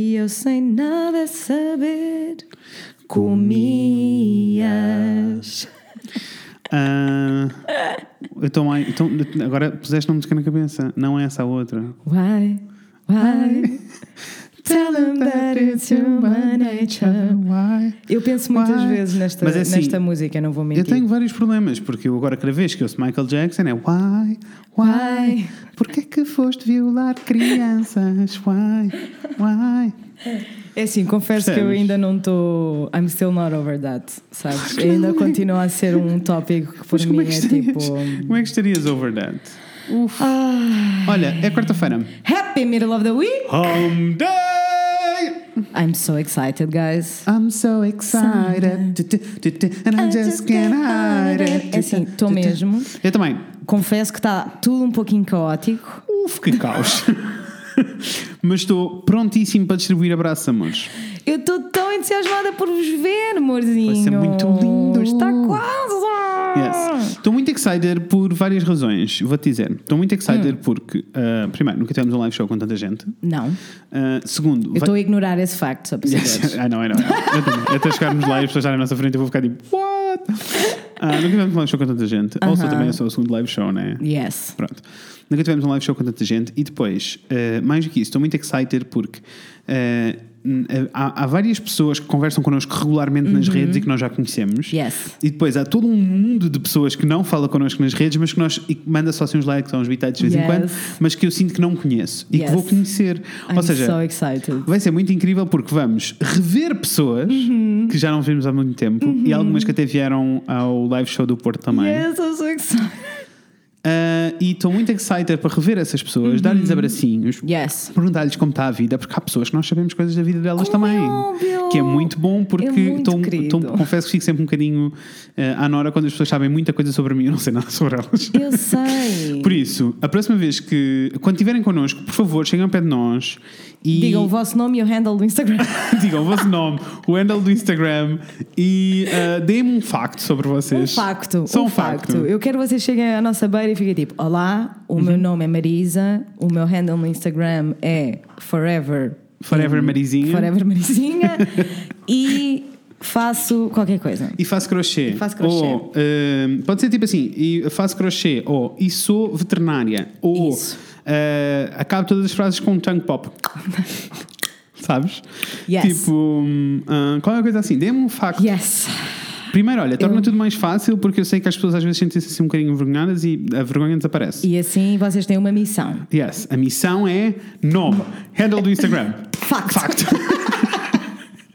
E eu sem nada saber comias. Ah, então, ai, então, agora puseste uma música na cabeça. Não é essa a outra. Why? Why? Tell them that it's human nature. Eu penso muitas Why? vezes nesta, Mas é assim, nesta música, não vou mentir. Eu tenho vários problemas, porque eu agora cada vez que ouço Michael Jackson é Why? Why? Why? Porquê que foste violar crianças? Why? Why? É assim, confesso que eu Percebes? ainda não estou. I'm still not over that, sabes? Ainda continua a ser um tópico que por Mas como mim é é, que tipo. estarias, como é que estarias over that? ah, Olha, é quarta-feira. happy middle of the week! Home Day! I'm so excited, guys. I'm so excited. Tu, tu, tu, tu, And I just can't hide it. É assim, estou mesmo. Eu também. Confesso que está tudo um pouquinho caótico. Uf, que caos. Mas estou prontíssimo para distribuir abraços, amores. Eu estou tão entusiasmada por vos ver, amorzinho. Vai ser muito lindo. Está quase. Yes. Estou muito excited por várias razões, vou-te dizer. Estou muito excited porque, ah, primeiro, nunca tivemos um live show com tanta gente. Não, Ah, segundo, eu estou a ignorar esse facto, só para saberes. Ah, não, é não. Eu também. Até chegarmos lá e as pessoas estarem à nossa frente, eu vou ficar tipo, what? Ah, nunca tivemos um live show com tanta gente. Ou só também é só o segundo live show, né? Yes. Pronto. Nunca tivemos um live show com tanta gente. E depois, eh, mais do que isso, estou muito excited porque eh, n- eh, há, há várias pessoas que conversam connosco regularmente nas redes e que nós já conhecemos. Uhum. Yes. E depois há todo um mundo de pessoas que não fala connosco nas redes, mas que nós e que manda só assim uns likes ou uns bitites de vez em Yes. quando, mas que eu sinto que não conheço e Yes. que vou conhecer. I'm ou seja, so excited. Vai ser muito incrível porque vamos rever pessoas Uhum. que já não vimos há muito tempo e algumas que até vieram ao live show do Porto também. Yes, I'm so excited. Ah, e estou muito excited para rever essas pessoas, dar-lhes abracinhos, Uhum. Yes. perguntar-lhes como está a vida, porque há pessoas que nós sabemos coisas da vida delas Como é também. óbvio. Que é muito bom porque É muito estou- querido. estou- confesso que fico sempre um bocadinho ah, à Nora quando as pessoas sabem muita coisa sobre mim, eu não sei nada sobre elas. Eu sei. Por isso, a próxima vez que. Quando estiverem connosco, por favor, cheguem ao pé de nós e. Digam o vosso nome e o handle do Instagram. Digam o vosso nome, o handle do Instagram e ah, deem-me um facto sobre Um vocês. facto. Só um, um, facto. Eu quero que vocês cheguem à nossa beira e fiquem tipo: Olá, o Uhum. meu nome é Marisa, o meu handle no Instagram é Forever. Forever Marizinha. Forever Marisinha. e faço qualquer coisa. E faço crochê. faço crochê. Ou, ah, pode ser tipo assim: e faço crochê, ou e sou veterinária, ou Isso. ah, acabo todas as frases com um tongue pop. Sabes? Yes. Tipo, hum, ah, qual é a coisa assim? Dê-me um facto. Yes. Primeiro, olha, torna tudo mais fácil porque eu sei que as pessoas às vezes sentem-se assim um bocadinho envergonhadas e a vergonha desaparece. E assim vocês têm uma missão. Yes, a missão é nome, handle do Instagram. Facto. Facto.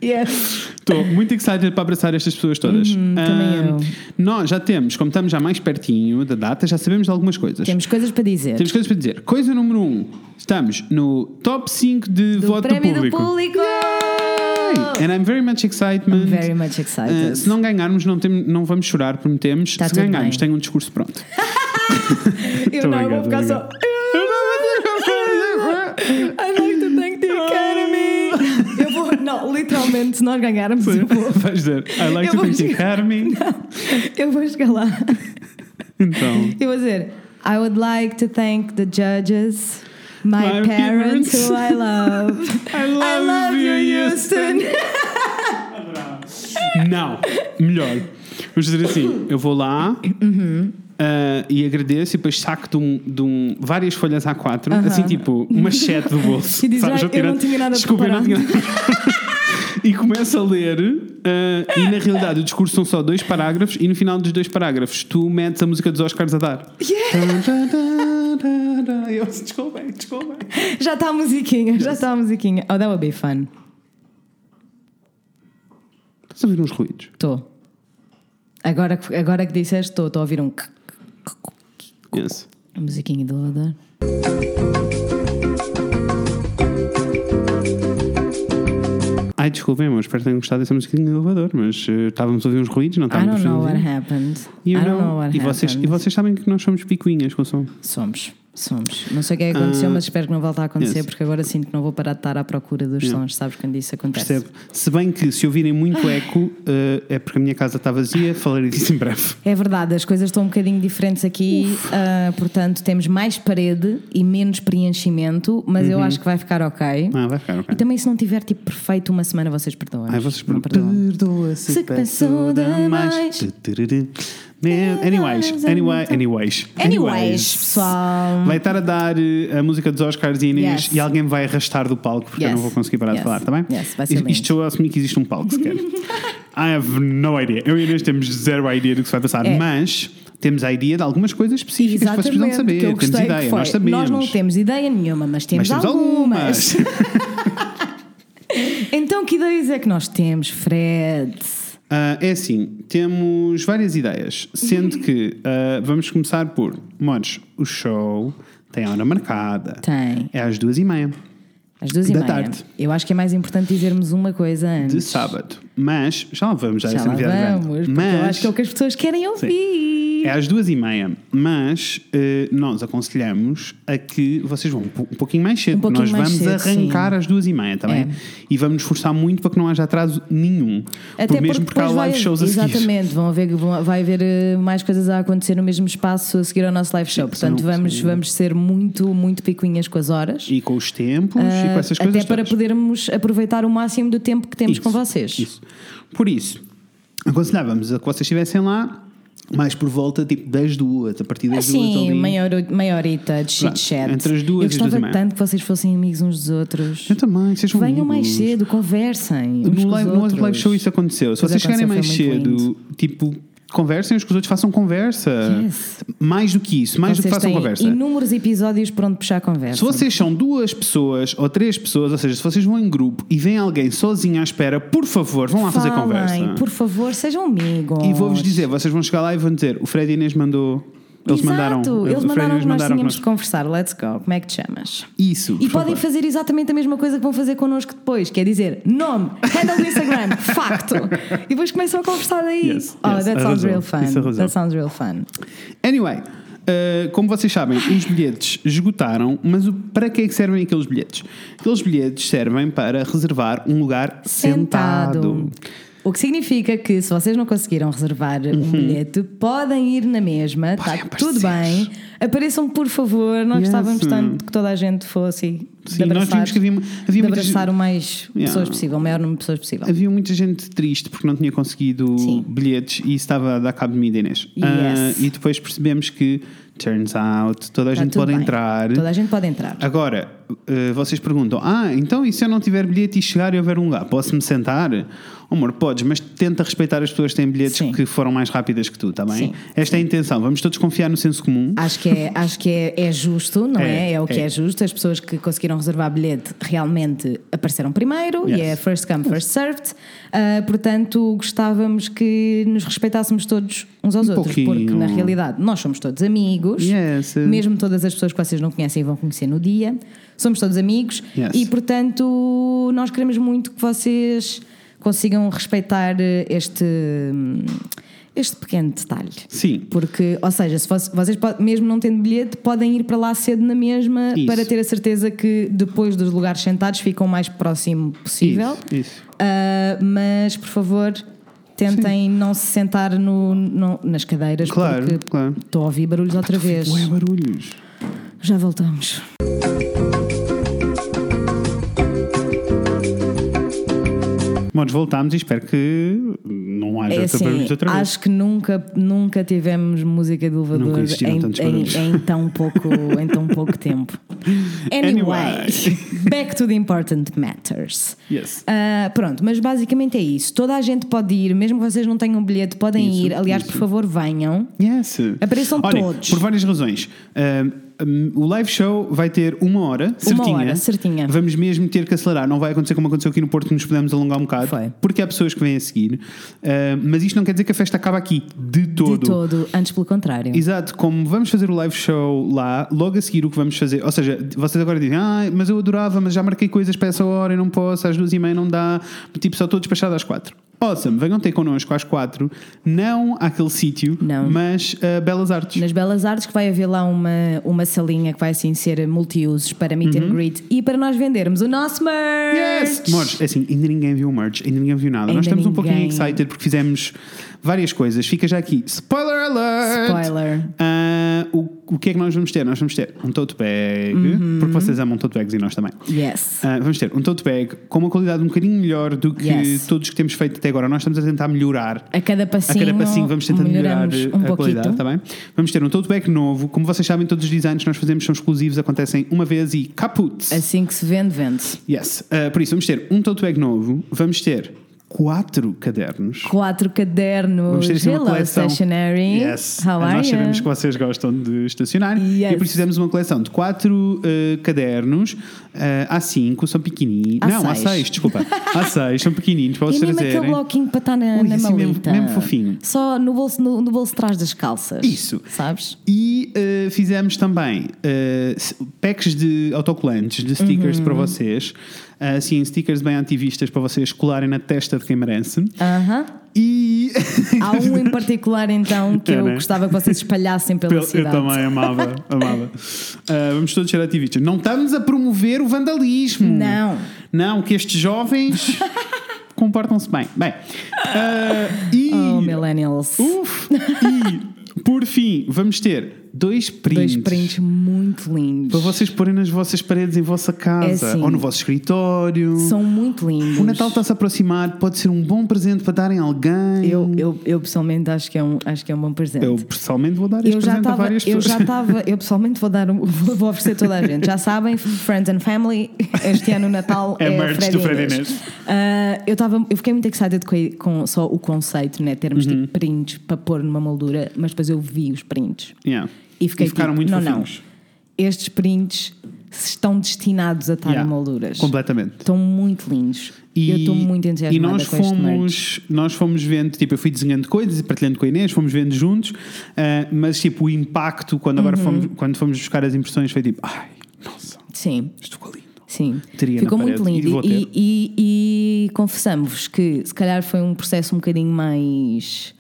Yes. Estou muito excited para abraçar estas pessoas todas. Uhum, também Ahm, eu. Nós já temos, como estamos já mais pertinho da data, já sabemos de algumas coisas. Temos coisas para dizer. Temos coisas para dizer. Coisa número 1, um, estamos no top 5 de do voto prémio público. do público! Yay! And I'm very much excited. Very much excited. Ah, se não ganharmos, não, tem- não vamos chorar, prometemos. Tá se tudo ganharmos, bem. tenho um discurso pronto. Eu não, vou ficar só. I'd like to thank the Academy! Eu vou, não, literalmente, se nós ganharmos, eu vou, Vais dizer, I like Eu to vou thank the dizer- Academy. eu vou chegar lá. Então. Eu vou dizer: I would like to thank the judges, my, My parents, parents. who I love. I love, I love you, Houston! Não, melhor. Vamos dizer assim: eu vou lá Uhum. ah, e agradeço, e depois saco de, um, de um- várias folhas A4, assim tipo uma chete do bolso. E diz, "Ai, eu tirando- não tinha nada Desculpa, eu não tinha nada. E começo a ler, ah, e na realidade o discurso são só dois parágrafos, e no final dos dois parágrafos tu metes a música dos Oscars a dar. Eu, desculpem, desculpem. Já está a musiquinha, já está a musiquinha. Oh, that would be fun. Estás a ouvir uns ruídos? Estou. Agora, que- agora que disseste, estou, estou a ouvir um. c- Yes. A musiquinha do elevador. Ai, desculpem, amor, espero que tenham gostado dessa musiquinha do elevador, mas eh, estávamos a ouvir uns ruídos, I não estávamos don't know a what ouvir. um happened. E eu I don't não. know what e, vocês, e happened. vocês sabem que nós somos picuinhas com o som. Somos. Somos. Não sei o que é que aconteceu, Ah, mas espero que não volte a acontecer, yes. porque agora sinto que não vou parar de estar à procura dos sons, sabes, quando isso acontece. Percebo. Se bem que se ouvirem muito eco, eh, é porque a minha casa está vazia, falarei disso em breve. É verdade, as coisas estão um bocadinho diferentes aqui, ah, portanto temos mais parede e menos preenchimento, mas eu acho que vai ficar ok. Uhum. Ah, vai ficar, ok. E também se não tiver tipo perfeito uma semana, vocês perdoam. Ai, vocês não per- perdoa Se se que pensou pensou demais. demais. Tu, tu, tu, tu. Man, Anyways, anyway, anyways. Anyways, pessoal. Vai estar a dar eh, a música dos Oscars e Inês Yes. e alguém me vai arrastar do palco porque eu Yes. não vou conseguir parar Yes. de falar, está bem? Yes, vai ser Isto- lindo. Isto eu assumi que existe um palco sequer. I have no idea. Eu e Inês temos zero idea do que se vai passar, É. mas temos a ideia de algumas coisas específicas que vocês precisam que eu saber. Temos gostei que ideia, foi. nós sabemos. Nós não temos ideia nenhuma, mas temos, mas temos algumas. algumas. então que ideias é que nós temos, Fred? Ah, é assim, temos várias ideias, sendo Uhum. que ah, vamos começar por Modes, o show tem a hora marcada. Tem. É às duas e meia Às duas e Da meia. tarde. Eu acho que é mais importante dizermos uma coisa antes. de sábado. Mas já lá vamos já, é Já essa lá novidade grande. vamos, porque eu acho Mas que é o que as pessoas querem ouvir. é às duas e meia. Mas eh, nós aconselhamos a que vocês vão um pou- um pouquinho mais cedo. Um pouquinho nós mais vamos cedo, arrancar às duas e meia, tá bem? É. E vamos nos esforçar muito para que não haja atraso nenhum. É, por mesmo porque há depois live vai- shows a seguir. Exatamente, vão haver, vão- vai haver eh, mais coisas a acontecer no mesmo espaço a seguir ao nosso live show. Portanto, são- vamos, vamos ser muito, muito picuinhas com as horas. eh, E com os tempos e com essas Ah, até coisas. para todas. podermos aproveitar o máximo do tempo que temos Isso, com vocês. isso. Por isso, aconselhávamos a que vocês estivessem lá mais por volta tipo das duas, a partir das duas Assim, ali. maior, maiorita de Pronto, chit-chat. entre Eu as duas e as duas e gostava meia. tanto que vocês fossem amigos uns dos outros. Eu também, sejam Venham mais amigos. cedo, conversem. uns No, com os live, no outro live outros. show isso é aconteceu. Se Pois vocês chegarem mais aconteceu, foi cedo, muito tipo, conversem uns com os outros, façam conversa. Yes. Mais do que isso, mais do Vocês que façam têm conversa. inúmeros episódios para onde puxar a conversa. Se vocês são duas pessoas ou três pessoas, ou seja, se vocês vão em grupo e vem alguém sozinho à espera, por favor, vão lá fazer Falem, conversa. por favor, sejam amigos. E vou-vos dizer, vocês vão chegar lá e vão dizer: o Fred e Inês mandou. Eles Exato, mandaram. o Fred Eles e mandaram o Inês que nós mandaram tínhamos de conversar. Let's go. Como é que te chamas? Isso. E por podem favor. fazer exatamente a mesma coisa que vão fazer connosco depois, que é dizer nome, handle do Instagram, facto. E depois começam a conversar daí. Yes, oh, yes, that sounds arrasou. real fun. Isso é arrasou. That sounds real fun. Anyway, uh, como vocês sabem, Ah. os bilhetes esgotaram, mas o- para que é que servem aqueles bilhetes? Aqueles bilhetes servem para reservar um lugar sentado. O que significa que se vocês não conseguiram reservar um bilhete, podem ir na mesma, está Uhum. Podem tudo aparecer. bem. Apareçam, por favor, nós Yes. gostávamos tanto que toda a gente fosse Sim, de abraçar, nós vimos que havia- havia de muita abraçar gente- o mais Yeah. pessoas possível, o maior número de pessoas possível. Havia muita gente triste porque não tinha conseguido Sim. bilhetes e estava a dar cabo de mim, e da Inês. Yes. Uh, e depois percebemos que, turns out, toda a Está gente Tá tudo pode bem. entrar. Toda a gente pode entrar. Agora, eh, vocês perguntam: Ah, então e se eu não tiver bilhete e chegar e houver um lugar, posso-me sentar? Oh, amor, podes, mas tenta respeitar as pessoas que têm bilhetes Sim. que foram mais rápidas que tu, está bem? Sim. Esta é a intenção. Vamos todos confiar no senso comum. Acho que é, acho que é, é justo, não é? É, É, o que é. é. justo. As pessoas que conseguiram reservar bilhete realmente apareceram primeiro e Yes. é first come, first served. Ah, portanto, gostávamos que nos respeitássemos todos uns aos Um outros, porque pouquinho. na realidade nós somos todos amigos, Yes. uh. mesmo todas as pessoas que vocês não conhecem e vão conhecer no dia, somos todos amigos Yes. e, portanto, nós queremos muito que vocês consigam respeitar este. Este pequeno detalhe. Sim. Porque, ou seja, se fosse- vocês po- mesmo não tendo bilhete, podem ir para lá cedo na mesma Isso. para ter a certeza que depois dos lugares sentados ficam o mais próximo possível. Isso, isso. Ah, mas, por favor, tentem não se sentar no- no- nas cadeiras Claro, porque claro. estou a ouvir barulhos outra vez. Ué, barulhos. Já voltamos. Bom, voltámos e espero que não haja É outra assim, barulhos outra vez. acho que nunca, nunca tivemos música de elevador Nunca existiram tantos em, barulhos. em- em tão pouco, em tão pouco tempo. Anyway, Anyway. back to the important matters. Yes. Ah, pronto, mas basicamente é isso. Toda a gente pode ir, mesmo que vocês não tenham bilhete, podem Isso, ir. Aliás, por favor, venham. Yes. Apareçam Olhem, todos. Por várias razões. Um, um, o live show vai ter uma hora certinha. hora, certinha. Vamos mesmo ter que acelerar. Não vai acontecer como aconteceu aqui no Porto, que nos podemos alongar um bocado. Foi. Porque há pessoas que vêm a seguir. Um, mas isto não quer dizer que a festa acaba aqui. De todo. De todo, antes pelo contrário. Exato, como vamos fazer o live show lá, logo a seguir o que vamos fazer, ou seja, vocês agora dizem, ah, mas eu adorava, mas já marquei coisas para essa hora e não posso, às duas e meia não dá, tipo, só estou despachado às quatro. Awesome, venham ter connosco às quatro, não àquele sítio, Não. mas a Belas Artes. Nas Belas Artes, que vai haver lá uma, uma salinha que vai assim ser multiusos para meet and greet e para nós vendermos o nosso merch. Uhum. Yes! Merch, é assim, ainda ninguém viu o merch, ainda ninguém viu nada. Ainda Nós estamos um pouquinho ninguém. excited porque fizemos várias coisas. Fica já aqui. Spoiler alert! Spoiler. Ah, o, o que é que nós vamos ter? Nós vamos ter um tote bag, Uhum. porque vocês amam tote bags e nós também. Yes. Ah, vamos ter um tote bag com uma qualidade um bocadinho melhor do que Yes. todos que temos feito até agora. Nós estamos a tentar melhorar. A cada A passinho, cada passinho vamos tentando melhorar eh, melhoramos a um pouquinho. qualidade, está bem? Vamos ter um tote bag novo. Como vocês sabem, todos os designs que nós fazemos são exclusivos, acontecem uma vez e caput. Assim que se vende, vende. Yes. Uh, por isso, vamos ter um tote bag novo, vamos ter quatro cadernos. Quatro cadernos. Vamos ter assim uma Hello, coleção. stationery. Yes. How are Nós you? sabemos que vocês gostam de estacionar Yes. e precisamos de uma coleção de quatro uh, cadernos. Uh, há cinco, são pequenininhos. Há Não, há seis. seis, desculpa. há seis, são pequenininhos para E vocês mesmo aquele trazerem. bloquinho para estar na, Ui, na assim mesmo- maleta. mesmo fofinho. Só no bolso, no, no bolso de trás das calças. Isso. Sabes? E uh, fizemos também uh, s- packs de autocolantes, de stickers Uhum. para vocês. Uh, assim, stickers bem ativistas para vocês colarem na testa de quem merece. Aham. E. Há um em particular então que É, eu né? gostava que vocês espalhassem pela Eu, eu cidade. também amava, amava. Ah, vamos todos ser ativistas. Não estamos a promover o vandalismo. Não. Não, que estes jovens comportam-se bem. Bem. ah, e. Oh, millennials. Uf, e, por fim, vamos ter dois prints. Dois prints muito Para lindos. vocês porem nas vossas paredes em vossa casa É assim. ou no vosso escritório. São muito lindos. O Natal está-se a aproximar, pode ser um bom presente para darem a alguém. eu, eu, eu pessoalmente acho que é um, acho que é um bom presente. Eu, pessoalmente vou dar este Eu já presente a estava, várias eu pessoas. já estava, eu pessoalmente vou dar, um- vou vou oferecer a toda a gente. Já sabem, Friends and Family, este ano o Natal É é, merch Fred do e Fred Inês. Inês. Ah, eu, tava, eu fiquei muito excited com, a- com só o conceito, né? Termos Uhum. tipo prints para pôr numa moldura, mas depois eu vi os prints Yeah. e fiquei ficaram tipo, muito não, fofinhos. não. Estes prints estão destinados a estar Yeah, em molduras. Completamente. Estão muito lindos. E, eu estou muito entusiasmada E nós com este merch. fomos, nós fomos vendo, tipo, eu fui desenhando coisas e partilhando com a Inês, fomos vendo juntos, ah, mas tipo, o impacto, quando agora Uhum. fomos, quando fomos buscar as impressões, foi tipo, ai, nossa, Sim. isto ficou lindo. Sim, Teria ficou na muito parede. E lindo. vou E, e, e- e confessamos-vos que se calhar foi um processo um bocadinho mais.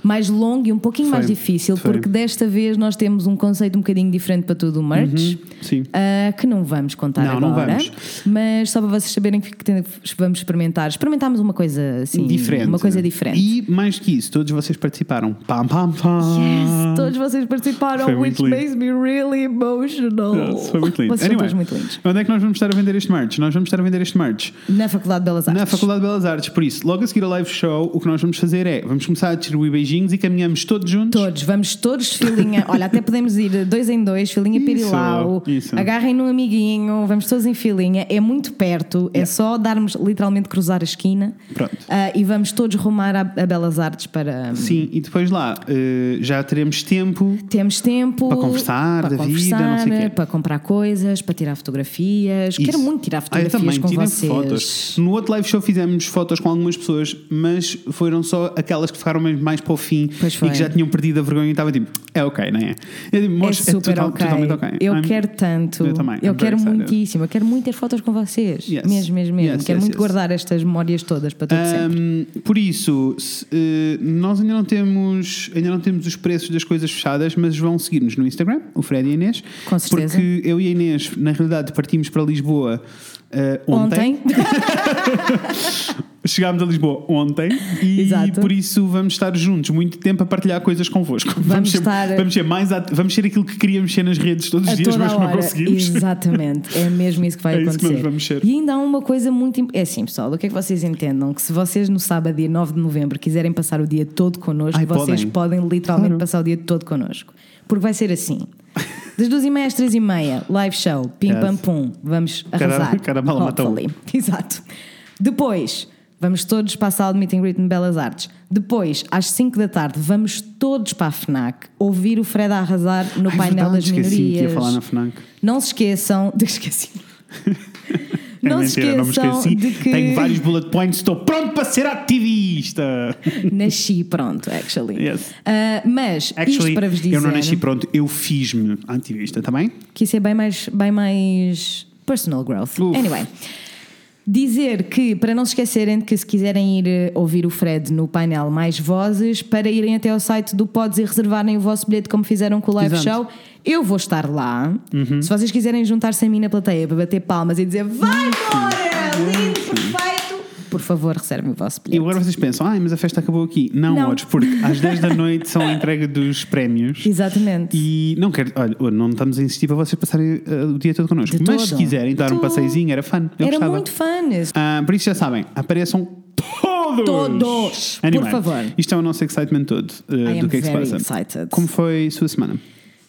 Mais longo e um pouquinho Foi, mais difícil, foi. porque desta vez nós temos um conceito um bocadinho diferente para tudo o merch, Sim. ah, que não vamos contar Uhum. Não, agora, não vamos. mas só para vocês saberem que que vamos experimentar. Experimentámos uma coisa assim, diferente. uma coisa diferente. E mais que isso, todos vocês participaram. Pam, pam, pam. Yes, todos vocês participaram, Ah. Foi which muito lindo. makes me really emotional. Yes, foi muito lindo. Vocês são Anyway, todos muito lindos. Onde é que nós vamos estar a vender este merch? Nós vamos estar a vender este merch Na Faculdade de Belas Artes. Na Faculdade de Belas Artes, por isso, logo a seguir ao live show, o que nós vamos fazer é vamos começar a distribuir beijinhos e caminhamos todos juntos. Todos, vamos todos filinha. Olha, até podemos ir dois em dois, filinha Isso, pirilau. isso. Agarrem num amiguinho, vamos todos em filinha. É muito perto, é só darmos literalmente cruzar a esquina. Pronto. Ah, e vamos todos rumar a, a Belas Artes para. Sim, e depois lá eh, já teremos tempo. Temos tempo Para conversar para da vida, não sei o quê. para comprar coisas, para tirar fotografias. Quero Isso. muito tirar Ah, eu fotografias também, com tirem vocês. fotos. No outro live show fizemos fotos com algumas pessoas, mas foram só aquelas que ficaram mesmo mais para o fim Pois e foi. que já tinham perdido a vergonha e estava tipo, é ok, não é? Eu digo, É "Moço, super total- ok. totalmente ok. Eu I'm- quero tanto. Eu também. I'm quero very excited. muitíssimo. Eu quero muito ter fotos com vocês. Yes. Mesmo, mesmo, mesmo. Yes, quero yes, muito yes. guardar estas memórias todas para tudo sempre. Ahm, por isso, se, eh, nós ainda não, temos, ainda não temos os preços das coisas fechadas, mas vão seguir-nos no Instagram, o Fred e a Inês. Com certeza. Porque eu e a Inês, na realidade, partimos para Lisboa eh, ontem. Chegámos a Lisboa ontem e Exato. por isso vamos estar juntos muito tempo a partilhar coisas convosco. Vamos, ser, estar- vamos ser mais at- vamos ser aquilo que queríamos ser nas redes todos os a dias, toda mas a não hora. conseguimos. Exatamente. É mesmo isso que vai É isso que acontecer. nós vamos ser. E ainda há uma coisa muito. imp- É assim, pessoal, o que é que vocês entendam? Que se vocês no sábado, dia 9 de novembro, quiserem passar o dia todo connosco, Ai, vocês podem, literalmente Claro. passar o dia todo connosco. Porque vai ser assim. Das duas e meia às três e meia, live show, pim Yes. pam pum, vamos Cada- arrasar. cada bala mata um. Hopefully. Exato. Depois, vamos todos para a sala de meet and greet no Belas Artes. Depois, às 5 da tarde, vamos todos para a FNAC ouvir o Fred a arrasar no Ai, painel verdade, das esqueci que ia minorias. falar na FNAC. Não se esqueçam. De, esqueci. não se É mentira, esqueçam não me esqueci. de que Tenho vários bullet points, estou pronto para ser ativista. nasci pronto, actually. Yes. Ah, mas Actually, isto para vos dizer eu não nasci pronto, eu fiz-me ativista, está bem? que isso é bem mais, bem mais personal growth. Uf. Anyway. Dizer que, para não se esquecerem de que se quiserem ir eh, ouvir o Fred no painel Mais Vozes, para irem até ao site do Pods e reservarem o vosso bilhete como fizeram com o live Exato. Uhum. show, eu vou estar lá. Se vocês quiserem juntar-se a mim na plateia para bater palmas e dizer vai embora, lindo, perfeito, por favor, reservem o vosso E bilhete. agora vocês pensam, ah, mas a festa acabou aqui. Não, Não. Odes, porque às 10 da noite são a entrega dos prémios. Exatamente. E não quero, olha, não estamos a insistir para vocês passarem eh, o dia todo connosco. De mas se todo. quiserem dar um De todo. passeizinho, era fun. Eu Era gostava. muito fun. Ah, por isso já sabem, apareçam todos! Todos, por Anyway, favor. Isto é o nosso excitement todo eh, I do am que é que se very passa. excited. Como foi a sua semana?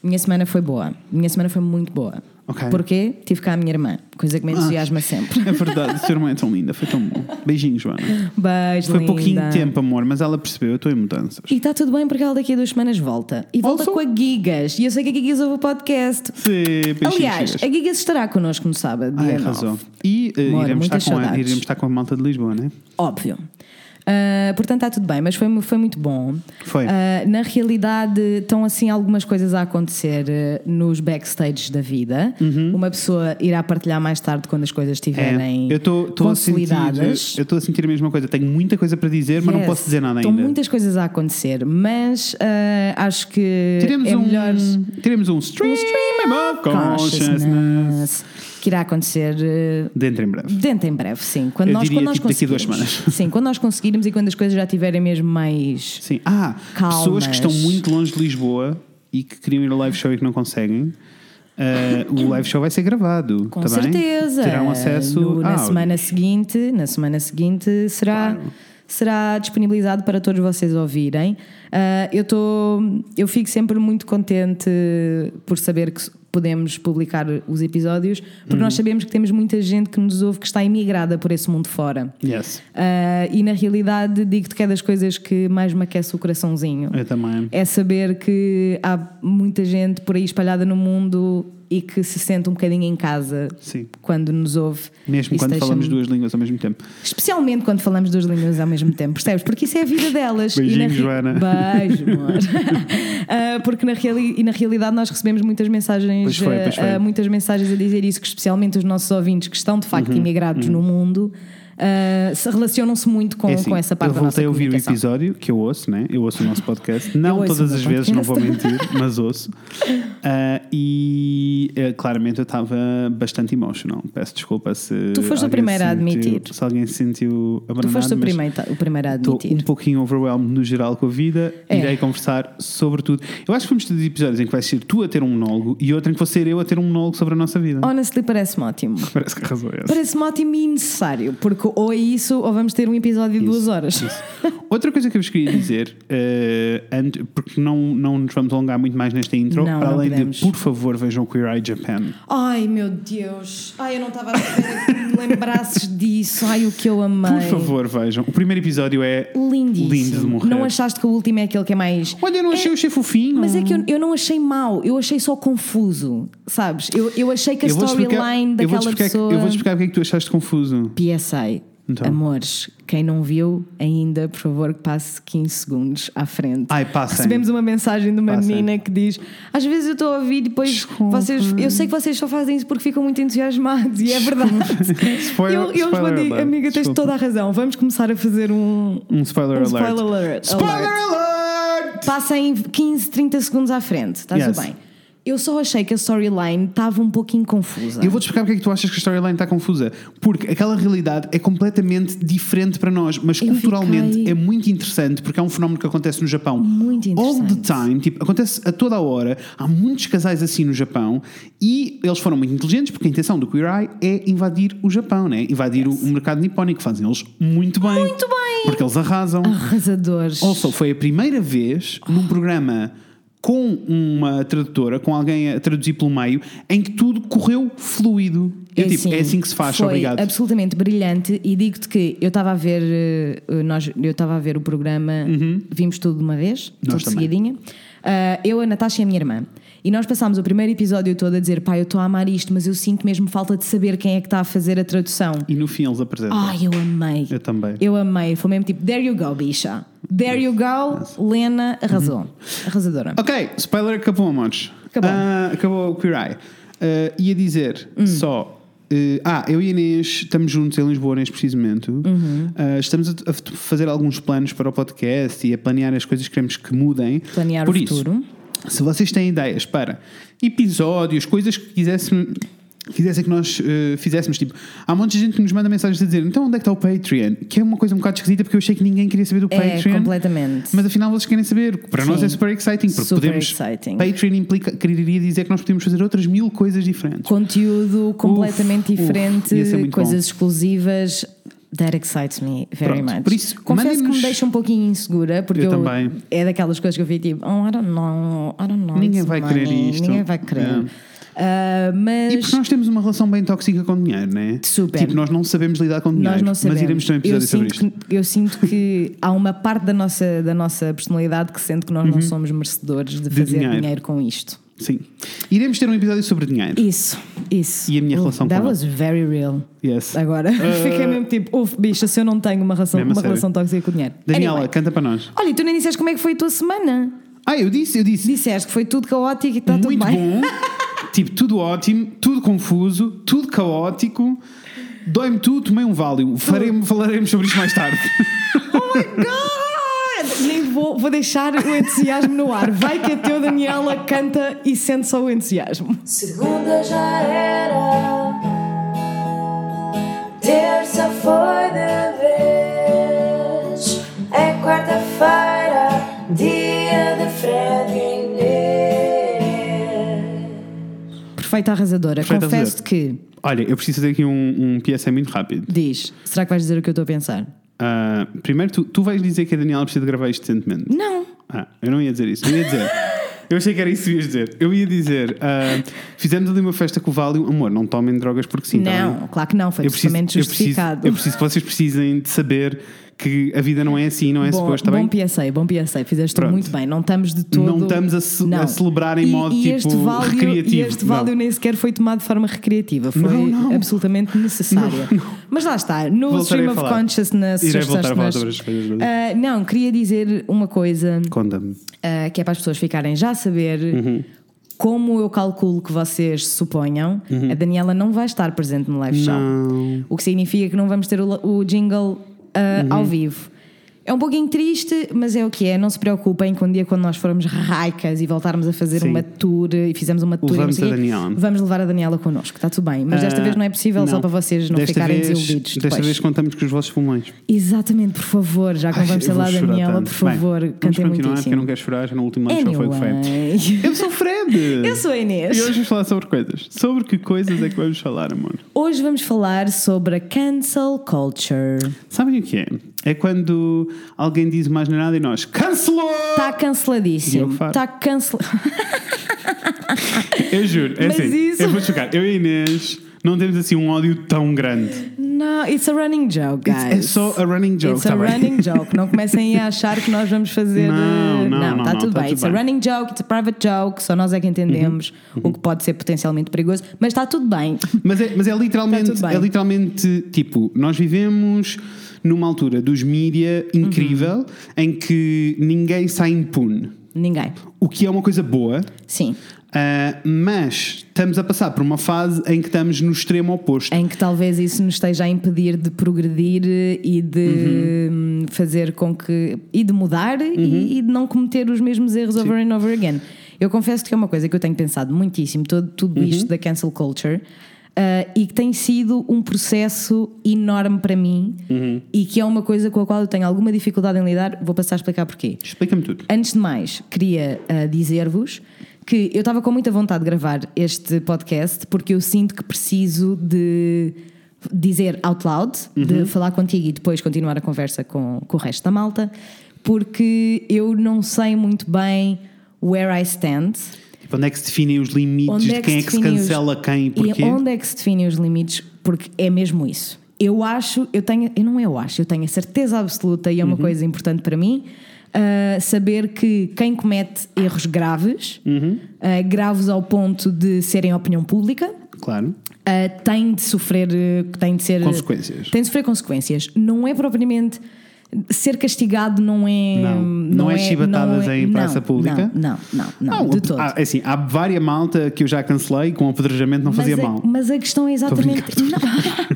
Minha semana foi boa. Minha semana foi muito boa. Ok. Ah. Porquê? Tive cá a minha irmã, coisa que me entusiasma sempre. É verdade, a sua irmã é tão linda, foi tão bom. Beijinhos, Joana. Beijo, Foi linda. pouquinho tempo, amor, mas ela percebeu, eu estou em mudanças. E está tudo bem porque ela daqui a duas semanas volta. E volta Also- com a Gigas. E eu sei que a Gigas ouve o podcast. Sim, beijinhos, Aliás, gigas. a Gigas estará connosco no sábado, Ah, dia é 9. razão. E eh, Amor, iremos, estar muitas com a, saudades. iremos estar com a malta de Lisboa, né? Óbvio. Ah, portanto, está tudo bem, mas foi, mu- foi muito bom. Foi. Ah, na realidade, estão assim algumas coisas a acontecer eh, nos backstages da vida. Uhum. Uma pessoa irá partilhar mais tarde quando as coisas estiverem É, eu estou a sentir. consolidadas. Eu estou a sentir a mesma coisa. Tenho muita coisa para dizer, mas não Yes. posso dizer nada Estão ainda. muitas coisas a acontecer, mas ah, acho que Teremos é um. melhor. Teremos um stream, of consciousness. que irá acontecer eh, Dentro em breve. dentro em breve, sim. Quando Eu nós, diria, quando nós tipo, daqui a duas conseguirmos. Sim, quando nós conseguirmos e quando as coisas já estiverem mesmo mais. Sim. Ah, Calmas. pessoas que estão muito longe de Lisboa e que queriam ir ao live show e que não conseguem. eh, o live show vai ser gravado. Com tá bem? certeza. Terão acesso No- a na áudio. semana seguinte, na semana seguinte será Claro. será disponibilizado para todos vocês ouvirem. Ah, eu tô, eu fico sempre muito contente por saber que podemos publicar os episódios, porque Uhum. nós sabemos que temos muita gente que nos ouve que está emigrada por esse mundo fora. Yes. Ah, e na realidade digo-te que é das coisas que mais me aquece o coraçãozinho. Eu também. É saber que há muita gente por aí espalhada no mundo e que se sente um bocadinho em casa Sim. quando nos ouve. Mesmo Isso quando deixa-me- falamos duas línguas ao mesmo tempo. Especialmente quando falamos duas línguas ao mesmo tempo, percebes? Porque isso é a vida delas. E Beijinho, na Joana. Beijo, amor. Ah, porque na, reali- e na realidade nós recebemos muitas mensagens, Pois foi, pois foi. ah, muitas mensagens a dizer isso, que especialmente os nossos ouvintes que estão de Uhum, facto imigrados no mundo ah, se relacionam-se muito com, É assim, com essa parte eu da nossa voltei a ouvir o comunicação. episódio que eu ouço, né? Eu ouço o nosso podcast. Não ouço o todas meu as vezes, não vou podcast. mentir, mas ouço. Ah, e eh, claramente eu estava bastante emotional. Peço desculpa se. Tu foste o alguém primeiro a sentiu- admitir. Se alguém se sentiu abandonado. Tu foste o mas primeiro, o primeiro a Estou admitir. um pouquinho overwhelmed no geral com a vida. É. Irei conversar sobre tudo. Eu acho que fomos ter episódios em que vais ser tu a ter um monólogo e outro em que vou ser eu a ter um monólogo sobre a nossa vida. Honestly, parece-me ótimo. Parece que a razão é essa. Parece-me ótimo e necessário, porque ou é isso ou vamos ter um episódio de duas horas. Outra coisa que eu vos queria dizer, eh, ante- porque não, não nos vamos alongar muito mais nesta intro, Não, para não além podemos. de, por favor, vejam Queer Eye Japan. Ai meu Deus, ai eu não estava a esperar que me lembrasses disso, ai o que eu amei. Por favor, vejam. O primeiro episódio é Lindíssimo. lindo de morrer. Não achaste que o último é aquele que é mais. Olha, eu não achei o chefe fofinho. Mas é que eu, eu não achei mau, eu achei só confuso, sabes? Eu, eu achei que a Eu vou-te explicar- storyline eu vou-te daquela explicar- pessoa. Eu vou-te explicar porque é que tu achaste confuso. PSA. Então. Amores, quem não viu ainda, por favor, que passe 15 segundos à frente. Ai, passem. Recebemos uma mensagem de uma Passem. menina que diz: Às vezes eu estou a ouvir e depois vocês. Eu sei que vocês só fazem isso porque ficam muito entusiasmados e é verdade. Spoiler- eu eu spoiler respondi: alert. Amiga, tens Desculpa. toda a razão. Vamos começar a fazer um. Um spoiler Um alert. spoiler alert. Spoiler Alert. alert! Passem 15, 30 segundos à frente, estás Yes. tudo bem? Eu só achei que a storyline estava um pouquinho confusa. Eu vou-te explicar porque é que tu achas que a storyline está confusa. Porque aquela realidade é completamente diferente para nós, mas culturalmente fiquei- é muito interessante porque é um fenómeno que acontece no Japão. Muito All the interessante. time, tipo, acontece a toda a hora. Há muitos casais assim no Japão e eles foram muito inteligentes porque a intenção do Queer Eye é invadir o Japão, né? Invadir o, o mercado nipónico. Fazem eles muito bem. Muito bem! Porque eles arrasam. Arrasadores. Also, foi a primeira vez num programa com uma tradutora, com alguém a traduzir pelo meio, em que tudo correu fluido. Eu, tipo, é assim que se faz, foi obrigado. absolutamente brilhante e digo-te que eu estava a ver eh, nós, eu estava a ver o programa vimos tudo de uma vez Uhum. Nós tudo de também. seguidinha Ah, eu, a Natasha e a minha irmã e nós passámos o primeiro episódio todo a dizer pai eu estou a amar isto mas eu sinto mesmo falta de saber quem é que está a fazer a tradução E no fim eles apresentam. ai eu amei Eu também. Ah. eu amei foi mesmo tipo there you go bicha there you go Lena arrasou arrasadora Uhum. Ok, spoiler acabou, amores. Acabou. Hum. Ah, acabou o Queer Eye. Ah, ia dizer só eh, ah, eu e a Inês estamos juntos em Lisboa neste preciso momento. Uhum. Ah, estamos a, a f- fazer alguns planos para o podcast e a planear as coisas que queremos que mudem. Planear Por o isso, futuro. se vocês têm ideias para episódios, coisas que quisessem, quisessem que nós eh, fizéssemos, tipo, há um monte de gente que nos manda mensagens a dizer então onde é que está o Patreon? Que é uma coisa um bocado esquisita porque eu achei que ninguém queria saber do É, Patreon. completamente. Mas afinal vocês querem saber, o que para Sim. nós é super exciting, porque Super podemos. exciting. Patreon implica, quereria dizer que nós podemos fazer outras mil coisas diferentes. Conteúdo completamente uf, diferente, ia ser muito coisas bom. exclusivas. That excites me very Pronto, much. por isso, Confesso que mandem-nos- me deixa um pouquinho insegura, porque Eu eu, também. é daquelas coisas que eu fico tipo, oh, I don't know, I don't know. Ninguém it's vai money, querer isto." É. Ninguém vai querer. Ah, E porque mas nós temos uma relação bem tóxica com dinheiro, não é? Super. Tipo, nós não sabemos lidar com dinheiro, nós não sabemos. mas iremos ter um eu, episódio sobre sinto isto. que, eu sinto que há uma parte da nossa, da nossa personalidade que sente que nós não somos merecedores de, fazer Uhum. dinheiro. dinheiro. com isto. Sim. Iremos ter um episódio sobre dinheiro. Isso, isso. E a minha relação That com was very real. Yes. Agora fiquei mesmo tipo, uff, bicha, se eu não tenho uma relação, Ah. Mesmo a uma sério. relação tóxica com o dinheiro. Daniela, Anyway. canta para nós. Olha, e tu nem disseste como é que foi a tua semana. Ah, eu disse, eu disse. Disseste que foi tudo caótico e está tudo muito bem. bom, tipo, tudo ótimo, tudo confuso, tudo caótico. Dói-me tudo, tomei um Valium. Faremos, falaremos sobre isto mais tarde. Oh my god! Nem vou, vou deixar o entusiasmo no ar. Vai que a teu Daniela canta e sente só o entusiasmo. Segunda já era, terça foi de vez, é quarta-feira, dia de Fred e Inês. Perfeita arrasadora. Perfeita Confesso-te que Olha, eu preciso fazer aqui um, um PSA muito rápido. diz. Será que vais dizer o que eu estou a pensar? Ah, primeiro, tu, tu vais dizer que a Daniela precisa de gravar isto decentemente. Não. Ah, eu não ia dizer isso. Eu ia dizer. Eu achei que era isso que ias dizer. Eu ia dizer. ah, fizemos ali uma festa com o Valium. Amor, não tomem drogas porque sim, tá bem? não, claro que não, foi Eu preciso, absolutamente eu, preciso, justificado. eu preciso que vocês precisem de saber que a vida não é assim, não é Bom, suposto, está bom bem? PSA, bom PSA, fizeste tu Pronto. muito bem. Não estamos de todo. Não estamos a ce- a Não. celebrar em E- modo, e tipo, este value, recreativo, E este não. value nem sequer foi tomado de forma recreativa, foi Não, não. absolutamente necessária. Mas lá está, no Voltarei Stream a of falar. Consciousness. Irei voltar a falar consciousness- sobre as coisas do- Ah, não, queria dizer uma coisa Conta-me. ah, que é para as pessoas ficarem já a saber. Uhum. Como eu calculo que vocês suponham, a Daniela não vai estar presente no live show. Uhum. Não. Uhum. O que significa que não vamos ter o, o jingle ah, ao vivo. É um pouquinho triste, mas é o que é. Não se preocupem que um dia, quando nós formos raicas e voltarmos a fazer Sim. uma tour e fizemos uma tour, e não Levamos sei a quê, Daniela. vamos levar a Daniela connosco, está tudo bem. Mas desta Ah, vez não é possível, só não. para vocês não Desta ficarem vez- desiludidos. Desta depois. vez contamos com os vossos pulmões. Exatamente, por favor, já que Ai, não vamos eu ter vou lá a chorar Daniela, tanto. por favor, cantem Bem, Vamos continuar, porque eu muitíssimo. não quero chorar, já no último ano show foi o Fred. Anyway. Eu sou o Fred! Eu sou a Inês. E hoje vamos falar sobre coisas. Sobre que coisas é que vamos falar, amor? Hoje vamos falar sobre a cancel culture. Sabem o que é? É quando alguém diz mais nada e nós cancelou! Está E eu Tá canceladíssimo. Tá falo. Está cancelado. Eu juro, é Mas assim. isso- Eu vou chocar. Eu e a Inês não temos assim um ódio tão grande. Não, it's a running joke, guys. É só a running joke, It's a tá bem? running joke. Não comecem a achar que nós vamos fazer. Não, eh, não, não, tá não, tudo tá bem. tudo it's bem. Uhum. a running joke, it's a private joke. Só nós é que entendemos o que pode ser potencialmente perigoso, mas está tudo bem. Mas é, mas é Tá literalmente, tudo bem. é literalmente tipo, nós vivemos numa altura dos mídia Uhum. incrível em que ninguém sai impune, Ninguém. o que é uma coisa boa, Sim. ah, mas estamos a passar por uma fase em que estamos no extremo oposto. Em que talvez isso nos esteja a impedir de progredir eh, e de hum, fazer com que. e de mudar e, e de não cometer os mesmos erros over and over again. Eu confesso que é uma coisa que eu tenho pensado muitíssimo, todo, tudo isto da cancel culture. ah, e que tem sido um processo enorme para mim e que é uma coisa com a qual eu tenho alguma dificuldade em lidar. Vou passar a explicar porquê. Explica-me tudo. Antes de mais, queria ah, dizer-vos que eu estava com muita vontade de gravar este podcast porque eu sinto que preciso de dizer out loud, de falar contigo e depois continuar a conversa com, com o resto da malta, porque eu não sei muito bem where I stand. Tipo, onde é que se definem os limites Onde de quem é que se definem os- cancela quem e porquê? E onde é que se definem os limites? Porque é mesmo isso. Eu acho, eu tenho, eu não é eu acho, eu tenho a certeza absoluta e é uma Uhum. coisa importante para mim. ah, saber que quem comete erros graves, Uhum. ah, graves ao ponto de serem opinião pública, Claro. ah, tem de sofrer, eh, tem de ser Consequências. Tem de sofrer consequências. Não é propriamente ser castigado não é. Não. Não é chibatadas em praça não, pública? Não, não, não, não, de todo. há, assim, há várias malta que eu já cancelei com apedrejamento não fazia mas mal. A, mas a questão é exatamente. brincar, Não,